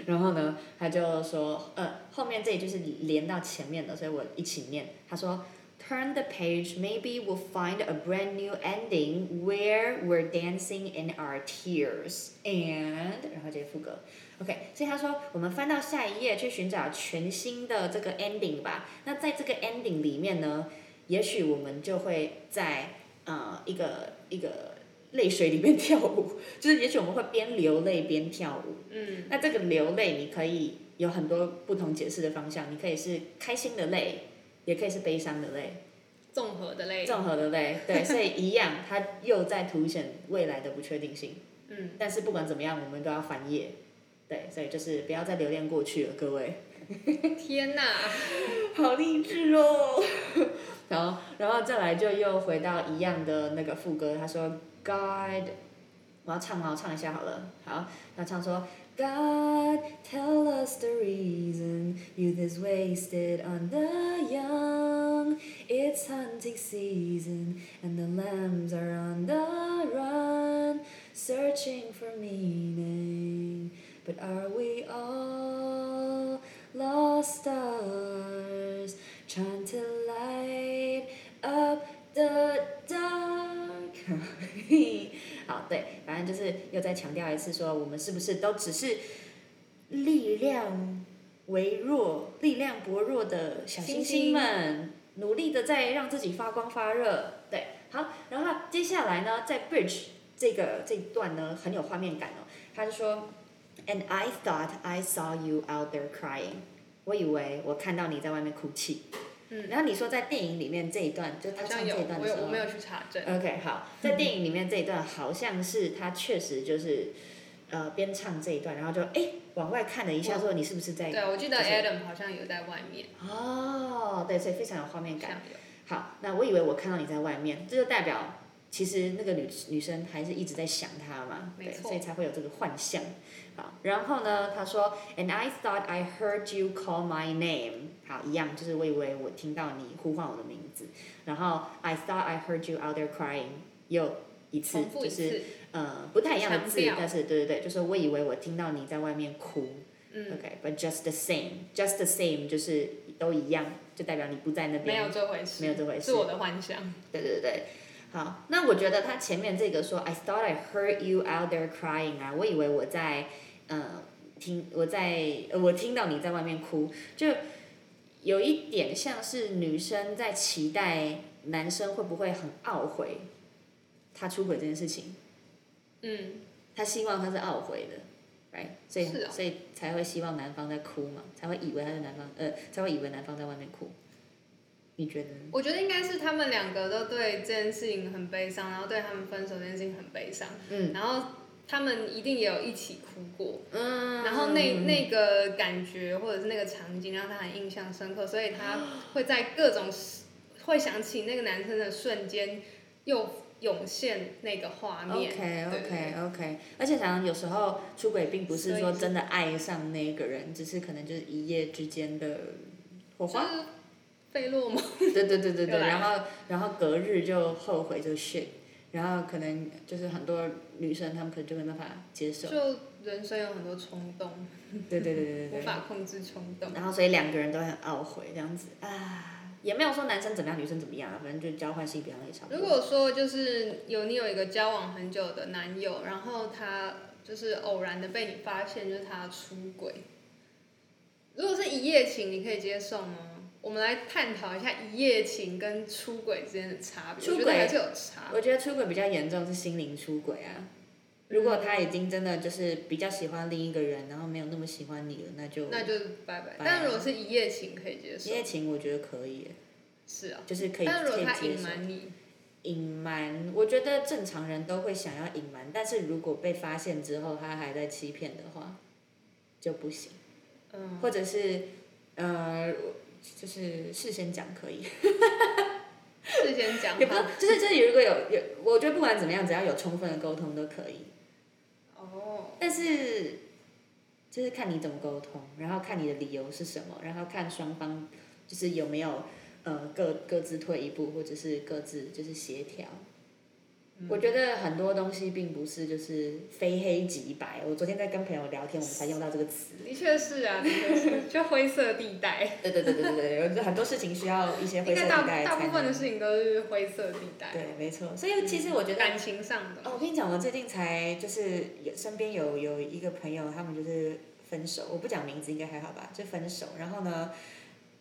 Speaker 1: 然后呢，他就说，呃，后面这里就是连到前面的，所以我一起念。他说，Turn the page, maybe we'll find a brand new ending where we're dancing in our tears and，然后直接副歌。OK，所以他说，我们翻到下一页去寻找全新的这个 ending 吧。那在这个 ending 里面呢，也许我们就会在呃一个一个泪水里面跳舞，就是也许我们会边流泪边跳舞。
Speaker 2: 嗯
Speaker 1: 那这个流泪，你可以有很多不同解释的方向，你可以是开心的泪，也可以是悲伤的泪，
Speaker 2: 综合的类。
Speaker 1: 综合的泪。对，所以一样，它又在凸显未来的不确定性。
Speaker 2: 嗯，
Speaker 1: 但是不管怎么样，我们都要翻页。对，所以就是不要再留恋过去了，各位。
Speaker 2: 天哪！
Speaker 1: 好励志哦。 [laughs] 然后，然后再来就又回到一样的那个副歌，他说 God，我要唱吗？我唱一下好了。好，那唱说 God tell us the reason youth is wasted on the young. It's hunting season and the lambs are on the run, searching for meaning. But are we all lost stars trying to light up the dark？好，对，反正就是又再强调一次说，我们是不是都只是力量微弱、力量薄弱的小星星们，努力的在让自己发光发热。对，好，然后接下来呢，在 bridge 这个这一段呢，很有画面感哦。他就说，And I thought I saw you out there crying。我以为我看到你在外面哭泣。
Speaker 2: 嗯
Speaker 1: 然后你说在电影里面这一段，就他
Speaker 2: 好
Speaker 1: 唱
Speaker 2: 像
Speaker 1: 这
Speaker 2: 有，
Speaker 1: 一段
Speaker 2: 我
Speaker 1: 的时
Speaker 2: 有，
Speaker 1: 候，
Speaker 2: 我没有去查证。
Speaker 1: OK，好，
Speaker 2: [laughs]
Speaker 1: 在电影里面这一段好像是他确实就是，呃，边唱这一段，然后就哎、诶往外看了一下，说你是不是在
Speaker 2: 对，啊我记得
Speaker 1: 就是
Speaker 2: Adam 好像有在外面，
Speaker 1: 哦，对，所以非常有画面
Speaker 2: 好
Speaker 1: 感。
Speaker 2: 像有。
Speaker 1: 好，那我以为我看到你在外面，这就代表其实那个女女生还是一直在想他嘛，
Speaker 2: 没
Speaker 1: 对，
Speaker 2: 错
Speaker 1: 所以才会有这个幻象。好，然后呢，他说，And I thought I heard you call my name。好，一样，就是我以为我听到你呼唤我的名字。然后，I thought I heard you out there crying，又一次，
Speaker 2: 重复
Speaker 1: 就
Speaker 2: 一
Speaker 1: 是
Speaker 2: 次。
Speaker 1: 呃不太一样的字
Speaker 2: 强调，
Speaker 1: 但是对对对，就是我以为我听到你在外面哭、
Speaker 2: 嗯，
Speaker 1: o k b u t just the same，just the same 就是都一样，就代表你不在那
Speaker 2: 没
Speaker 1: 边，
Speaker 2: 有这回
Speaker 1: 没有
Speaker 2: 事，
Speaker 1: 这回
Speaker 2: 是
Speaker 1: 事。
Speaker 2: 我的幻想。
Speaker 1: 对对对，好，那我觉得他前面这个说 I thought I heard you out there crying 啊，我以为我在，呃，听我在呃我听到你在外面哭，就有一点像是女生在期待男生会不会很懊悔他出轨这件事情。
Speaker 2: 嗯，
Speaker 1: 他希望他是懊悔的，right？所以、
Speaker 2: 是哦
Speaker 1: 所以才会希望男方在哭嘛，才会以为他是男方，呃，才会以为男方在外面哭。你觉得呢？
Speaker 2: 我觉得应该是他们两个都对这件事情很悲伤，然后对他们分手这件事情很悲伤，
Speaker 1: 嗯
Speaker 2: 然后他们一定也有一起哭过，
Speaker 1: 嗯
Speaker 2: 然后那那个感觉或者是那个场景让他很印象深刻，所以他
Speaker 1: [gasps]
Speaker 2: 会在各种时会想起那个男生的瞬间，又涌现那个画面。
Speaker 1: OK
Speaker 2: 对
Speaker 1: OK OK，而且常常有时候出轨并不是
Speaker 2: 所
Speaker 1: 说
Speaker 2: 以是
Speaker 1: 真的爱上那一个人，只是可能就是一夜之间的哦火
Speaker 2: 就
Speaker 1: 花。
Speaker 2: 是费洛蒙，
Speaker 1: [laughs] 对对对对对，
Speaker 2: 又来
Speaker 1: 然后然后隔日就后悔就 shit，然后可能就是很多女生她们可能就没办法接受。
Speaker 2: 就人生有很多冲动，
Speaker 1: 对对对对对
Speaker 2: 无
Speaker 1: 对。
Speaker 2: [laughs] 法控制冲动。
Speaker 1: 然后所以两个人都很懊悔这样子啊，也没有说男生怎么样，女生怎么样啊，反正就交换性别好像也差不
Speaker 2: 如
Speaker 1: 多。
Speaker 2: 果说就是有你有一个交往很久的男友，然后他就是偶然的被你发现就是他出轨，如果是一夜情，你可以接受吗？我们来探讨一下一夜情跟出轨之间的差别，
Speaker 1: 出
Speaker 2: 我觉
Speaker 1: 轨
Speaker 2: 得还是有差。
Speaker 1: 我觉得出轨比较严重是心灵出轨啊。如果他已经真的就是比较喜欢另一个人，然后没有那么喜欢你了，那就
Speaker 2: 那就拜拜
Speaker 1: 拜。
Speaker 2: 但如果是一夜情，可以接
Speaker 1: 一
Speaker 2: 受。
Speaker 1: 夜情我觉得可以耶，
Speaker 2: 是啊，
Speaker 1: 就是可以
Speaker 2: 但如
Speaker 1: 可
Speaker 2: 果
Speaker 1: 以
Speaker 2: 他
Speaker 1: 接
Speaker 2: 隐
Speaker 1: 受。
Speaker 2: 瞒你，
Speaker 1: 隐瞒，我觉得正常人都会想要隐瞒，但是如果被发现之后他还在欺骗的话，就不行。
Speaker 2: 嗯，
Speaker 1: 或者是呃，就是事先讲可以，
Speaker 2: 事先讲
Speaker 1: 也不
Speaker 2: 好。
Speaker 1: 就是就是如果有有，我觉得不管怎么样，只要有充分的沟通都可以。
Speaker 2: 哦，
Speaker 1: 但是就是看你怎么沟通，然后看你的理由是什么，然后看双方就是有没有呃各各自退一步，或者是各自就是协调。我觉得很多东西并不是就是非黑即白。我昨天在跟朋友聊天，我们才用到这个词。
Speaker 2: 的确是啊，的确是，就灰色地带。
Speaker 1: 对对对对对对，有很多事情需要一些
Speaker 2: 应
Speaker 1: 灰色
Speaker 2: 该
Speaker 1: 地
Speaker 2: 大
Speaker 1: 带
Speaker 2: 大
Speaker 1: 才
Speaker 2: 部分的
Speaker 1: 能。
Speaker 2: 事情都是灰色地带。
Speaker 1: 对，没错。所以其实我觉得
Speaker 2: 感情上的
Speaker 1: [laughs] 哦，我跟你讲，我最近才就是有身边有有一个朋友，他们就是分手，我不讲名字应该还好吧，就分手。然后呢，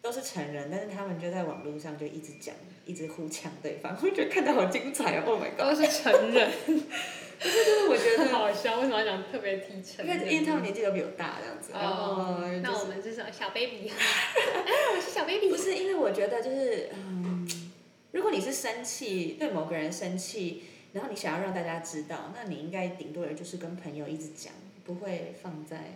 Speaker 1: 都是成人，但是他们就在网络上就一直讲，一直互呛对方，我觉得看得好精彩哦，Oh my
Speaker 2: [laughs]
Speaker 1: god！
Speaker 2: 都是成人，
Speaker 1: 就是我觉得，
Speaker 2: 好笑。为什么要讲特别提成
Speaker 1: 因为
Speaker 2: 人？
Speaker 1: 因为他们年纪都比我大这样子，然后
Speaker 2: 哦，
Speaker 1: 就
Speaker 2: 那我
Speaker 1: 是
Speaker 2: 们就是小
Speaker 1: [laughs]
Speaker 2: baby。哎，我是小 baby
Speaker 1: 不。是因为我觉得就是嗯，如果你是生气对某个人生气，然后你想要让大家知道，那你应该顶多也就是跟朋友一直讲，不会放在。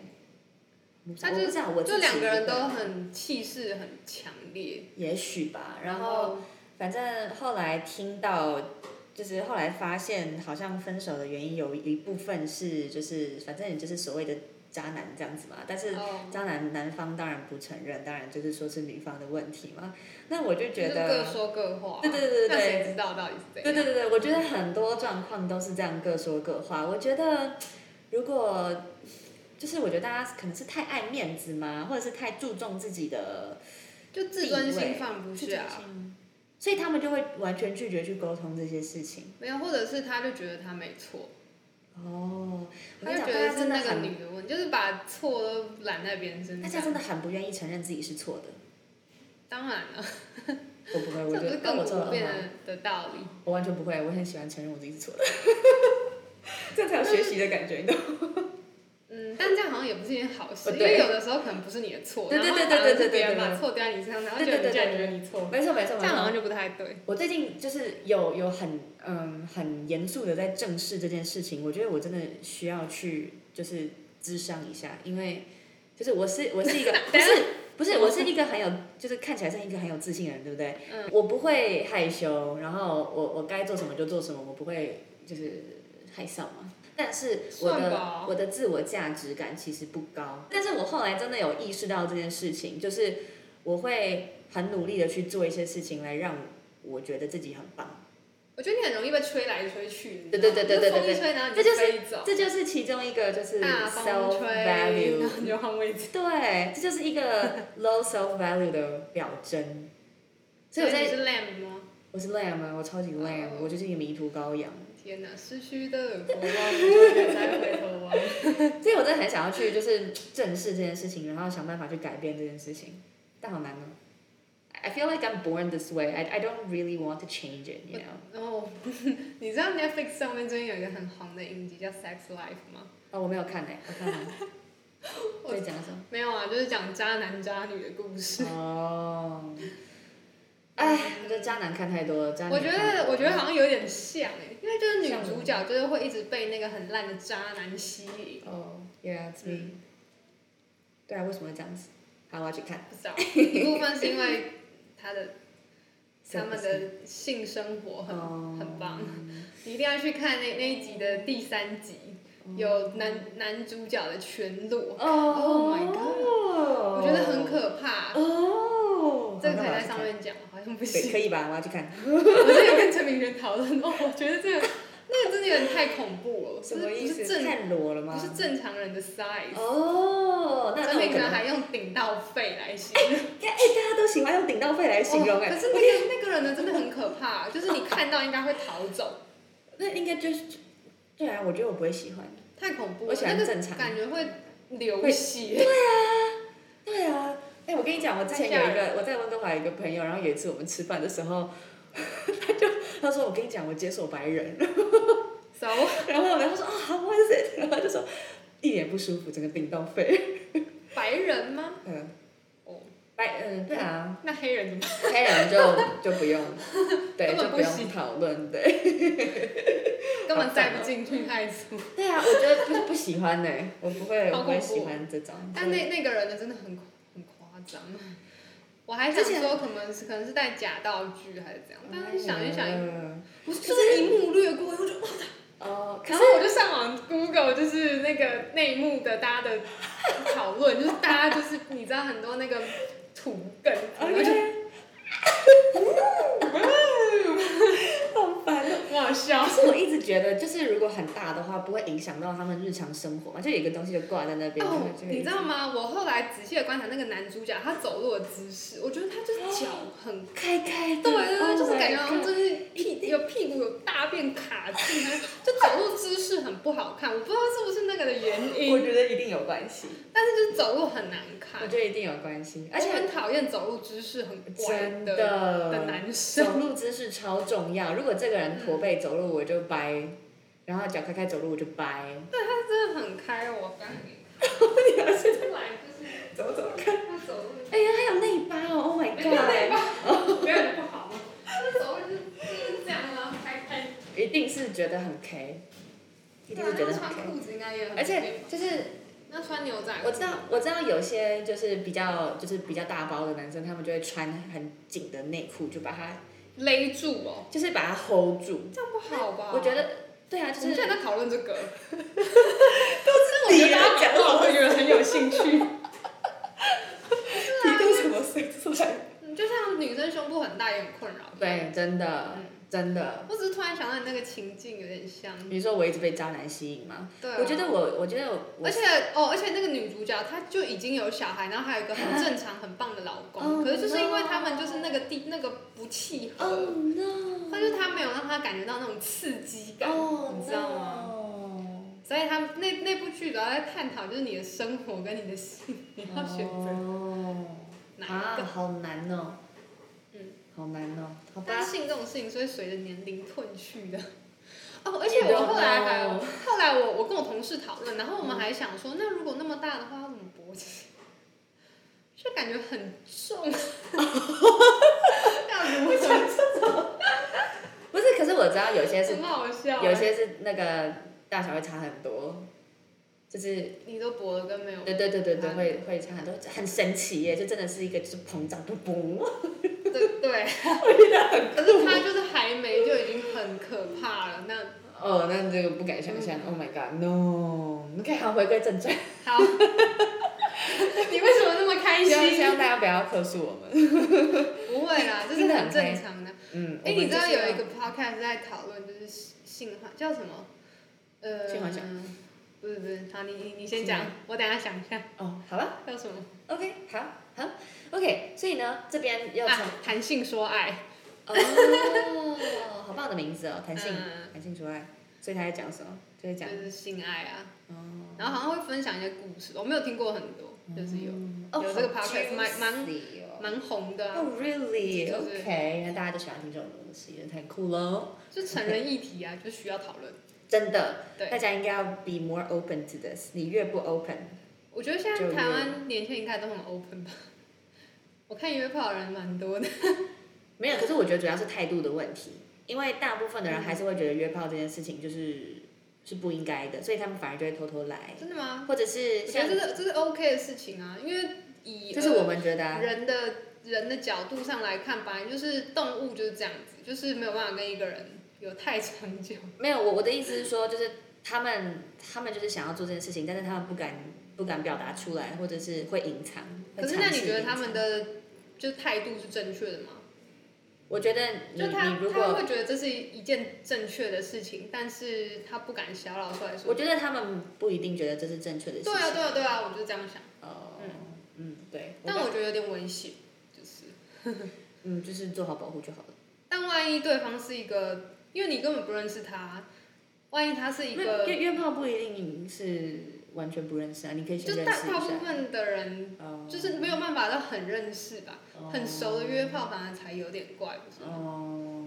Speaker 2: 那
Speaker 1: 我不知道我自
Speaker 2: 就
Speaker 1: 己
Speaker 2: 两个人
Speaker 1: 不会
Speaker 2: 都很气势很强烈，
Speaker 1: 也许吧，然后反正后来听到，就是后来发现，好像分手的原因有一部分是，就是反正也就是所谓的渣男这样子嘛。但是
Speaker 2: 哦
Speaker 1: 渣男男方当然不承认，当然就是说是女方的问题嘛。那我就
Speaker 2: 就
Speaker 1: 觉
Speaker 2: 是各
Speaker 1: 得，
Speaker 2: 说各话，
Speaker 1: 对对对对
Speaker 2: 那谁
Speaker 1: 对
Speaker 2: 知道到底是怎
Speaker 1: 对对
Speaker 2: 样？
Speaker 1: 对对，我觉得很多状况都是这样各说各话。我觉得如果就是我觉得大家可能是太爱面子嘛，或者是太注重自己的
Speaker 2: 就自尊心放不
Speaker 1: 是这
Speaker 2: 下啊
Speaker 1: 样，所以他们就会完全拒绝去沟通这些事情。
Speaker 2: 没有，或者是他就觉得他没错，
Speaker 1: 哦，我
Speaker 2: 他
Speaker 1: 跟你讲，
Speaker 2: 就觉
Speaker 1: 大
Speaker 2: 得
Speaker 1: 家
Speaker 2: 是
Speaker 1: 真的
Speaker 2: 那个
Speaker 1: 很，
Speaker 2: 女的问，就是把错都揽在别人身
Speaker 1: 大
Speaker 2: 上。
Speaker 1: 家真的很不愿意承认自己是错的。
Speaker 2: 当然了，
Speaker 1: 我
Speaker 2: [laughs]
Speaker 1: 不会，
Speaker 2: 这
Speaker 1: 我
Speaker 2: 不
Speaker 1: 觉
Speaker 2: 是
Speaker 1: 得
Speaker 2: 亘
Speaker 1: 我错
Speaker 2: 古
Speaker 1: 了
Speaker 2: 不变啊
Speaker 1: 吗？
Speaker 2: 的的道理。
Speaker 1: 我完全不会，我很喜欢承认我自己是错的， [laughs] 这样才有学习的感觉，你懂吗？
Speaker 2: 嗯，但这样好像也不是一件好事，
Speaker 1: 哦
Speaker 2: 因
Speaker 1: 对
Speaker 2: 为有的时候可能不是你的错，
Speaker 1: 对
Speaker 2: 然
Speaker 1: 对
Speaker 2: 后
Speaker 1: 对对
Speaker 2: 反而
Speaker 1: 对
Speaker 2: 是
Speaker 1: 对
Speaker 2: 别人
Speaker 1: 对对
Speaker 2: 把错丢在你身上，然后
Speaker 1: 对
Speaker 2: 就
Speaker 1: 对
Speaker 2: 你
Speaker 1: 对
Speaker 2: 竟然
Speaker 1: 对
Speaker 2: 觉得你错，
Speaker 1: 没错没错
Speaker 2: 这
Speaker 1: 没
Speaker 2: 样好像
Speaker 1: 错。
Speaker 2: 就不太对。
Speaker 1: 我最近就是有有很嗯很严肃的在正视这件事情，我觉得我真的需要去就是智商一下，因为就是我是我是一个不
Speaker 2: 等一下
Speaker 1: 是不是我是一个很有就是看起来是一个很有自信的人，对不对？
Speaker 2: 嗯
Speaker 1: 我不会害羞，然后我我该做什么就做什么，我不会就是害臊嘛。但是我
Speaker 2: 算
Speaker 1: 的
Speaker 2: 吧
Speaker 1: 我的自我价值感其实不高，但是我后来真的有意识到这件事情，就是我会很努力的去做一些事情来让我觉得自己很棒，
Speaker 2: 我觉得你很容易被吹来吹去，你知
Speaker 1: 对
Speaker 2: 道吗
Speaker 1: 对对对对对
Speaker 2: 就风一吹，然后
Speaker 1: 这
Speaker 2: 你
Speaker 1: 就是
Speaker 2: 飞走，
Speaker 1: 这就是其中一个就是
Speaker 2: 大
Speaker 1: self
Speaker 2: 风吹，然
Speaker 1: value，
Speaker 2: 后你就换位置。
Speaker 1: 对，这就是一个 low self value 的表征。所以我
Speaker 2: 你
Speaker 1: 在
Speaker 2: 是 lamb 吗？
Speaker 1: 我是 lamb 啊，我超级 lamb，、
Speaker 2: 哦
Speaker 1: 我就是一个迷途羔羊，
Speaker 2: 天哪，失去的国王，永远在回头望。
Speaker 1: 所以我真的很想要去就是正视这件事情，然后想办法去改变这件事情，但好难哦。I feel like I'm born this way. I I don't really want to change it, you know.
Speaker 2: 然后， [laughs] 你知道 Netflix 上面最近有一个很红的影集叫《Sex Life》吗？
Speaker 1: 哦，我没有看诶、我
Speaker 2: [laughs]
Speaker 1: 看完。在讲什么？
Speaker 2: 没有啊，就是讲渣男渣女的故事。
Speaker 1: 哦。哎，我觉得渣男看太多了，渣男
Speaker 2: 我觉
Speaker 1: 看太
Speaker 2: 得，
Speaker 1: 多
Speaker 2: 我觉得
Speaker 1: 了
Speaker 2: 好像有点像哎，因为就是女
Speaker 1: 像
Speaker 2: 主角就是会一直被那个很烂的渣男吸引。
Speaker 1: 哦、y e a h it's me、
Speaker 2: 嗯，
Speaker 1: 对啊，为什么会这样子？好，我要去看。
Speaker 2: 不
Speaker 1: [laughs]
Speaker 2: 知道，一部分是因为他的他们的性生活很、
Speaker 1: 哦
Speaker 2: 很棒，你一定要去看那那一集的第三集，有男男主角的全裸，
Speaker 1: 哦
Speaker 2: Oh my
Speaker 1: god！
Speaker 2: 我觉得很。可怕。
Speaker 1: 哦。
Speaker 2: 这个
Speaker 1: 好那我
Speaker 2: 可以
Speaker 1: 要
Speaker 2: 在
Speaker 1: 去
Speaker 2: 上
Speaker 1: 看
Speaker 2: 面讲，好像不
Speaker 1: 对，
Speaker 2: 行。
Speaker 1: 可以吧？我要去看。
Speaker 2: [laughs] 我之前跟陈明轩讨论，哦，我觉得这个那个真的有点太恐怖了，
Speaker 1: 什么意
Speaker 2: 不
Speaker 1: 思？
Speaker 2: 是正
Speaker 1: 看裸了吗？
Speaker 2: 不是正常人的 size。
Speaker 1: 哦，那那
Speaker 2: 陈
Speaker 1: 我
Speaker 2: 明
Speaker 1: 可
Speaker 2: 轩
Speaker 1: 能
Speaker 2: 还用顶到肺来形容。
Speaker 1: 哎、大家都喜欢用顶到肺来形容哎、
Speaker 2: 哦可是那个那个人呢，真的很可怕，就是你看到应该会逃走，
Speaker 1: 那应该就是，对啊，我觉得我不会喜欢。
Speaker 2: 太恐怖
Speaker 1: 我
Speaker 2: 了，
Speaker 1: 喜欢
Speaker 2: 那个
Speaker 1: 正常
Speaker 2: 感觉会流血。
Speaker 1: 对啊，哎、我跟你讲，我之前有
Speaker 2: 太吓
Speaker 1: 一个我在温哥华有一个朋友，然后有一次我们吃饭的时候， [laughs] 他就他说我跟你讲，我解锁白人， [laughs]
Speaker 2: So，
Speaker 1: 然后呢，他说啊、h o w was it？然后他就说一脸不舒服，整个顶到肺。
Speaker 2: 白人吗？
Speaker 1: 嗯，
Speaker 2: 哦，
Speaker 1: 白嗯，对啊，
Speaker 2: 那黑人怎么？
Speaker 1: [laughs] 黑人就就不用， [laughs] 对，
Speaker 2: 根本
Speaker 1: 就
Speaker 2: 不
Speaker 1: 不用
Speaker 2: 行
Speaker 1: 讨论，对。
Speaker 2: 根本
Speaker 1: 哦
Speaker 2: 塞不进去太粗。
Speaker 1: 对啊，我觉得就是不喜欢呢、
Speaker 2: [laughs]
Speaker 1: 我不会，
Speaker 2: 好
Speaker 1: 我不会
Speaker 2: 恐怖
Speaker 1: 喜欢这种。
Speaker 2: 但那那个人呢，真的很很夸张。我还想
Speaker 1: 之前哦
Speaker 2: 说，可能是可能是带假道具还是怎样，但是想一想，
Speaker 1: 嗯
Speaker 2: 我是就是一幕略过，我就
Speaker 1: 哦，可
Speaker 2: 然
Speaker 1: 是
Speaker 2: 后我就上网 Google，就是那个内幕的大家的讨论，就是大家就是你知道很多那个土梗，我就觉
Speaker 1: OK，好 [laughs] 烦哦。
Speaker 2: 得很好笑
Speaker 1: 可。是我一直觉得，就是如果很大的话，不会影响到他们日常生活嘛？就有一个东西就挂在那边，他
Speaker 2: 哦
Speaker 1: 们，就会
Speaker 2: 你知道吗？我后来仔细的观察那个男主角他走路的姿势，我觉得他就是脚很，
Speaker 1: 开开的，
Speaker 2: 对对对，就是
Speaker 1: Oh my
Speaker 2: 感觉好像
Speaker 1: God
Speaker 2: 就是屁有屁股有大便卡住，就走路姿势很不好看。我不知道是不是那个的原
Speaker 1: 我
Speaker 2: 因，
Speaker 1: 觉得一定有关系，
Speaker 2: 但是就是走路很难看
Speaker 1: 我，觉得一定有关系，而
Speaker 2: 而且
Speaker 1: 且
Speaker 2: 很讨厌走路姿势很怪
Speaker 1: 真
Speaker 2: 的的
Speaker 1: 的
Speaker 2: 男生。
Speaker 1: 走路姿势超重要。如果这个人驼背走路，我就掰。然后脚开开走路我就掰，
Speaker 2: 他真的很开我感觉。出来就是
Speaker 1: 走走。
Speaker 2: 他走路，
Speaker 1: 哎呀，还有内八哦，Oh my
Speaker 2: 没有内
Speaker 1: god！
Speaker 2: 没有不好吗？他走路就是这样啊，开开。
Speaker 1: 一定是觉得很 K，一定是觉得
Speaker 2: 穿
Speaker 1: 很 K。
Speaker 2: 裤子应该也很，
Speaker 1: 而且就是
Speaker 2: 那穿牛仔
Speaker 1: 我知道，我知道有些就是比较就是比较大包的男生，他们就会穿很紧的内裤，就把它
Speaker 2: 勒住哦，
Speaker 1: 就是把它 hold 住。
Speaker 2: 这样不好吧？
Speaker 1: 我觉得对啊，就
Speaker 2: 我们
Speaker 1: 是
Speaker 2: 现在在讨论这个，
Speaker 1: 都
Speaker 2: 我觉得大家我会觉得很有兴趣。
Speaker 1: 提供什么水出来？
Speaker 2: 嗯就像女生胸部很大也很困扰。
Speaker 1: 对，真的
Speaker 2: 嗯，
Speaker 1: 真的。
Speaker 2: 我只是突然想到你那个情境有点像，
Speaker 1: 你说我一直被渣男吸引吗？
Speaker 2: 对啊、
Speaker 1: 我觉得我，我觉得我
Speaker 2: 而，且哦，而且那个女主角她就已经有小孩，然后还有一个很正常、很棒的老公，
Speaker 1: Oh,
Speaker 2: 可是就是因为
Speaker 1: no.
Speaker 2: 他们就是那个地那个不契合，
Speaker 1: 哦 no，
Speaker 2: 但是她没有让她感觉到那种刺激感，
Speaker 1: 哦，嗯
Speaker 2: 你知道吗？
Speaker 1: 吗？
Speaker 2: 所以他们那那部剧主要在探讨就是你的生活跟你的性，你要选择
Speaker 1: 哦，
Speaker 2: 哪一
Speaker 1: 啊，
Speaker 2: 个。
Speaker 1: 好难哦，
Speaker 2: 嗯，
Speaker 1: 好难哦，好吧
Speaker 2: 但。是性这种事情是会随着年龄褪
Speaker 1: [laughs]
Speaker 2: 去的。哦，而且我后来还有，
Speaker 1: You don't
Speaker 2: 后来我我跟我同事讨论，然后我们还想说，那如果那么大的话，要怎么勃起？就感觉很
Speaker 1: [laughs]
Speaker 2: 重，要如何？
Speaker 1: 不是，可是我知道有欸些是
Speaker 2: 很好笑。
Speaker 1: 有些是那个大小会差很多，就是
Speaker 2: 你都勃了跟没有，
Speaker 1: 对对对对对，会会差很多，很神奇耶，就真的是一个就是膨胀，不不，
Speaker 2: 对对，可是他就是还没就已经很可怕了。那
Speaker 1: 哦，那这个不敢想象、o h my God，No！OK，好，回归正传，
Speaker 2: 好，你为什么那么开
Speaker 1: 希望
Speaker 2: 心
Speaker 1: 希？望大家不要客诉我们。
Speaker 2: 不会啦，这是
Speaker 1: 听得
Speaker 2: 很
Speaker 1: 很开
Speaker 2: 正常的。
Speaker 1: 嗯，
Speaker 2: 哎、
Speaker 1: 我们
Speaker 2: 你知道
Speaker 1: 就是
Speaker 2: 有一个 podcast 在讨论就是性幻叫什么？呃，
Speaker 1: 性幻想
Speaker 2: 不是不是，好，你你你先
Speaker 1: 性
Speaker 2: 讲，我等一下想一下
Speaker 1: [laughs] 哦，好吧
Speaker 2: 叫什么
Speaker 1: ，OK，好，好，OK，所以呢，这边又从、
Speaker 2: 啊？谈性说爱， [laughs]
Speaker 1: 哦，好棒的名字哦，弹性，
Speaker 2: 嗯
Speaker 1: 弹性除外，所以他在讲什么？就在讲
Speaker 2: 就是性爱啊，
Speaker 1: 哦。
Speaker 2: 然后好像会分享一些故事，我没有听过很多，就是有
Speaker 1: 哦
Speaker 2: 有这个
Speaker 1: 好
Speaker 2: podcast，蛮蛮
Speaker 1: juicy 哦
Speaker 2: 蛮红的、啊，
Speaker 1: 哦、really
Speaker 2: 就是
Speaker 1: OK，那大家就喜欢听这种东西，太酷喽！
Speaker 2: 就成人议题啊，就需
Speaker 1: [laughs]
Speaker 2: 要讨论。
Speaker 1: 真的，大
Speaker 2: 对，
Speaker 1: 家应该要 be more open to this。你越不 open，
Speaker 2: 我觉得现在
Speaker 1: 就
Speaker 2: 台
Speaker 1: 有
Speaker 2: 湾年轻人应该都很 open 吧。我看约炮的人蛮多的，
Speaker 1: 没有，可是我觉得主要是态度的问题，因为大部分的人还是会觉得约炮这件事情就是是不应该的，所以他们反而就会偷偷来，
Speaker 2: 真的吗？
Speaker 1: 或者是
Speaker 2: 我觉
Speaker 1: 像
Speaker 2: 得这是这是 OK 的事情啊，因为以
Speaker 1: 这是我们觉得、啊，
Speaker 2: 人的人的角度上来看，本来就是动物就是这样子，就是没有办法跟一个人有太长久。
Speaker 1: 没有我我的意思是说，就是他们他们就是想要做这件事情，但是他们不敢不敢表达出来，或者是会隐藏。会
Speaker 2: 可是那
Speaker 1: 尝
Speaker 2: 你
Speaker 1: 试
Speaker 2: 觉得
Speaker 1: 隐
Speaker 2: 他
Speaker 1: 藏
Speaker 2: 们的就态度是正确的吗？
Speaker 1: 我觉得你
Speaker 2: 就他
Speaker 1: 你如
Speaker 2: 他
Speaker 1: 果，
Speaker 2: 会觉得这是一件正确的事情，但是他不敢小老出来说。
Speaker 1: 我觉得他们不一定觉得这是正确的事
Speaker 2: 对
Speaker 1: 情。
Speaker 2: 啊，对啊，对啊，我就是这样想，
Speaker 1: 哦，嗯，对。
Speaker 2: 但
Speaker 1: 我
Speaker 2: 我觉得有点危险，就是。
Speaker 1: 嗯，就是做好保护就好了。
Speaker 2: 但万一对方是一个，因为你根本不认识他，万一他是一个
Speaker 1: 约约炮不一定是完全不认识啊，你可以先
Speaker 2: 就
Speaker 1: 认
Speaker 2: 大
Speaker 1: 识一
Speaker 2: 大部
Speaker 1: 下。
Speaker 2: 分的人
Speaker 1: 哦
Speaker 2: 就是没有办法到很认识吧，很熟的约炮反而才有点怪，不是吗？
Speaker 1: 哦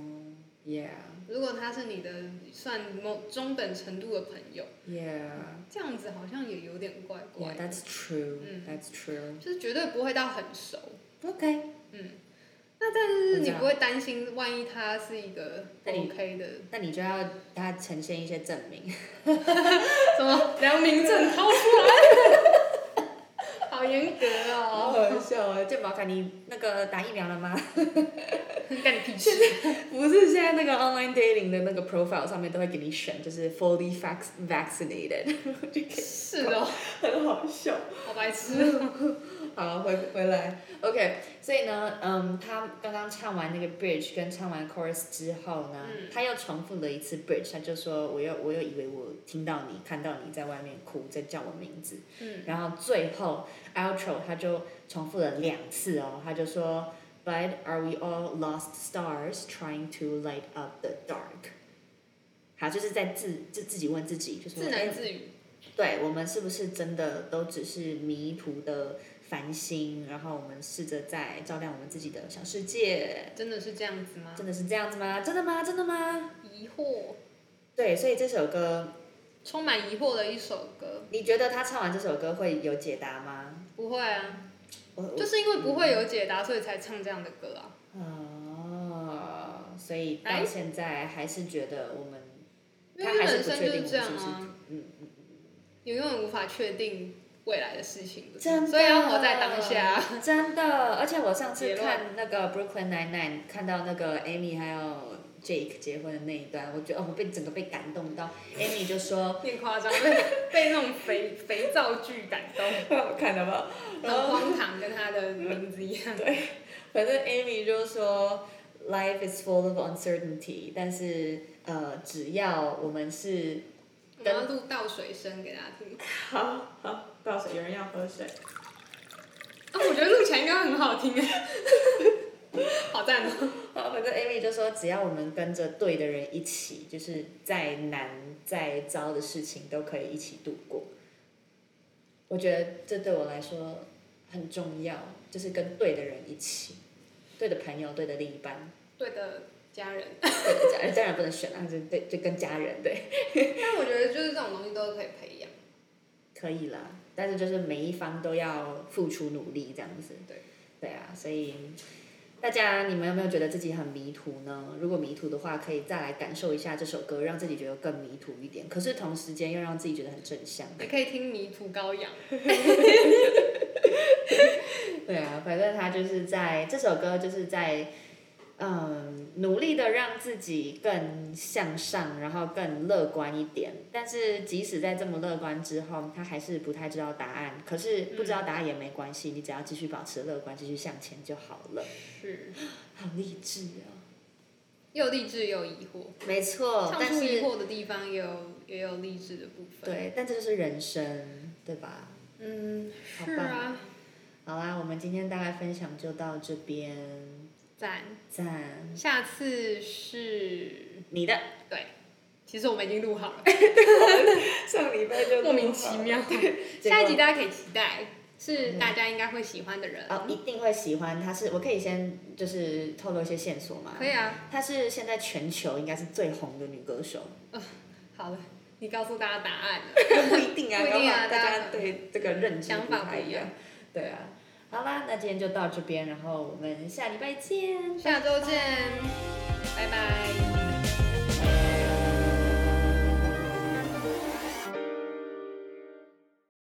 Speaker 1: ，yeah
Speaker 2: 如果他是你的算某中等程度的朋友，
Speaker 1: yeah
Speaker 2: 这样子好像也有点怪怪
Speaker 1: yeah that's true
Speaker 2: 嗯
Speaker 1: that's true
Speaker 2: 就是绝对不会到很熟。
Speaker 1: OK，
Speaker 2: 嗯就是
Speaker 1: 我
Speaker 2: 你
Speaker 1: 知道
Speaker 2: 不会担心，万一他是一个
Speaker 1: 那你
Speaker 2: OK 的
Speaker 1: 那你就要他呈现一些证明。
Speaker 2: 什 [laughs] 么良民证掏出来，好严格哦。
Speaker 1: 好笑啊！呃，健保卡你那个打疫苗了吗？ [laughs]
Speaker 2: 干你屁事！
Speaker 1: 不是，现在那个 online dating 的那个 profile 上面都会给你选，就是 fully vac vaccinated，就可以
Speaker 2: 是的，
Speaker 1: 很好笑。
Speaker 2: 好白痴。
Speaker 1: [laughs] 好，回回来，OK，所以呢，嗯，他刚刚唱完那个 bridge 跟唱完 chorus 之后呢，
Speaker 2: 嗯
Speaker 1: 他又重复了一次 bridge，他就说我又我又以为我听到你看到你在外面哭，在叫我名字，
Speaker 2: 嗯
Speaker 1: 然后最后 outro 他就重复了两次哦，他就说 But are we all lost stars trying to light up the dark？好，就是在自就自己问自己，就是哎
Speaker 2: 自言自语。
Speaker 1: 对我们是不是真的都只是迷途的繁星？然后我们试着在照亮我们自己的小世界，
Speaker 2: 真的是这样子吗？
Speaker 1: 真的是这样子吗？真的吗？真的吗？
Speaker 2: 疑惑，
Speaker 1: 对，所以这首歌，
Speaker 2: 充满疑惑的一首歌。
Speaker 1: 你觉得他唱完这首歌会有解答吗？
Speaker 2: 不会啊，
Speaker 1: 我我
Speaker 2: 就是因为不会有解答，所以才唱这样的歌啊。
Speaker 1: 哦，所以到
Speaker 2: 哎
Speaker 1: 现在还是觉得我们， [laughs]
Speaker 2: 因
Speaker 1: 他
Speaker 2: 为
Speaker 1: 还是
Speaker 2: 人
Speaker 1: 不
Speaker 2: 生
Speaker 1: 确
Speaker 2: 就
Speaker 1: 定
Speaker 2: 是
Speaker 1: 我
Speaker 2: 这
Speaker 1: 们
Speaker 2: 样
Speaker 1: 是不是
Speaker 2: 啊，
Speaker 1: 嗯，
Speaker 2: 你永远无法确定未来的事情，不是
Speaker 1: 真的
Speaker 2: 所以要活在当下。
Speaker 1: 真的，而且我上次
Speaker 2: 结论
Speaker 1: 看那个 Brooklyn Nine Nine，看到那个 Amy 还有 Jake 结婚的那一段，我觉得哦，我被整个被感动到。Amy 就
Speaker 2: [laughs]
Speaker 1: 说，
Speaker 2: 有点夸张，被被那种 [laughs] 肥肥皂剧感动，
Speaker 1: 看到吗？ [laughs] 然
Speaker 2: 很
Speaker 1: 后
Speaker 2: 荒唐，跟他的名字一样。
Speaker 1: 反正 Amy 就说，Life is full of uncertainty，但是呃，只要我们是
Speaker 2: [laughs] 我们要录倒水声给大家 [laughs] 听。
Speaker 1: 好好倒水，有人要喝水。
Speaker 2: 啊，我觉得录起来应该很好 [laughs] 听哎，好赞哦、
Speaker 1: [laughs] 好，反正 Amy 就说，只要我们跟着对的人一起，就是再难再糟的事情都可以一起度过。我觉得这对我来说很重要，就是跟对的人一起，对的朋友，对的另一半，
Speaker 2: 对的，家人。
Speaker 1: 对的家人，当然不能选啊，就对，就跟家人对，
Speaker 2: 但我觉得就是这种东西都可以培养。
Speaker 1: 可以啦。但是就是每一方都要付出努力，这样子。
Speaker 2: 对，
Speaker 1: 对啊，所以。大家，你们有没有觉得自己很迷途呢？如果迷途的话，可以再来感受一下这首歌，让自己觉得更迷途一点。可是同时间又让自己觉得很正向。
Speaker 2: 也可以听迷途羔羊，
Speaker 1: 对啊，反正他就是在这首歌就是在，嗯，努力的让自己更向上，然后更乐观一点。但是即使在这么乐观之后，他还是不太知道答案。可是不知道答案也没关系，你只要继续保持乐观，继续向前就好了。
Speaker 2: 是
Speaker 1: 好励志啊！
Speaker 2: 又励志又疑惑，
Speaker 1: 没错，嗯
Speaker 2: 唱
Speaker 1: 但
Speaker 2: 出疑
Speaker 1: 是
Speaker 2: 惑的地方也有也有励志的部分。，
Speaker 1: 对，但这就是人生，对吧？
Speaker 2: 嗯，
Speaker 1: 好
Speaker 2: 是
Speaker 1: 棒
Speaker 2: 啊，
Speaker 1: 好啦，我们今天大概分享就到这边，
Speaker 2: 赞。
Speaker 1: 赞
Speaker 2: 下次是，
Speaker 1: 你的。
Speaker 2: 对，其实我们已经录好了，
Speaker 1: [laughs] 上礼拜就
Speaker 2: [laughs] 莫名其妙。 [laughs]
Speaker 1: 结果
Speaker 2: 下一集大家可以期待，
Speaker 1: 嗯
Speaker 2: 是大家应该会喜欢的人。
Speaker 1: 哦，一定会喜欢。它是我可以先就是透露一些线索嘛。
Speaker 2: 可以啊，
Speaker 1: 她是现在全球应该是最红的女歌
Speaker 2: [laughs]
Speaker 1: 手，
Speaker 2: 好了，你告诉大家答案了。
Speaker 1: 不一定啊，
Speaker 2: 不一定
Speaker 1: 搞不好大
Speaker 2: 啊大
Speaker 1: 家
Speaker 2: 家
Speaker 1: 对这个认知
Speaker 2: 想法
Speaker 1: 太
Speaker 2: 不一
Speaker 1: 一
Speaker 2: 样。
Speaker 1: 对啊，好啦，那今天就到这边，然后我们下礼拜见。
Speaker 2: 下周见。
Speaker 1: 拜拜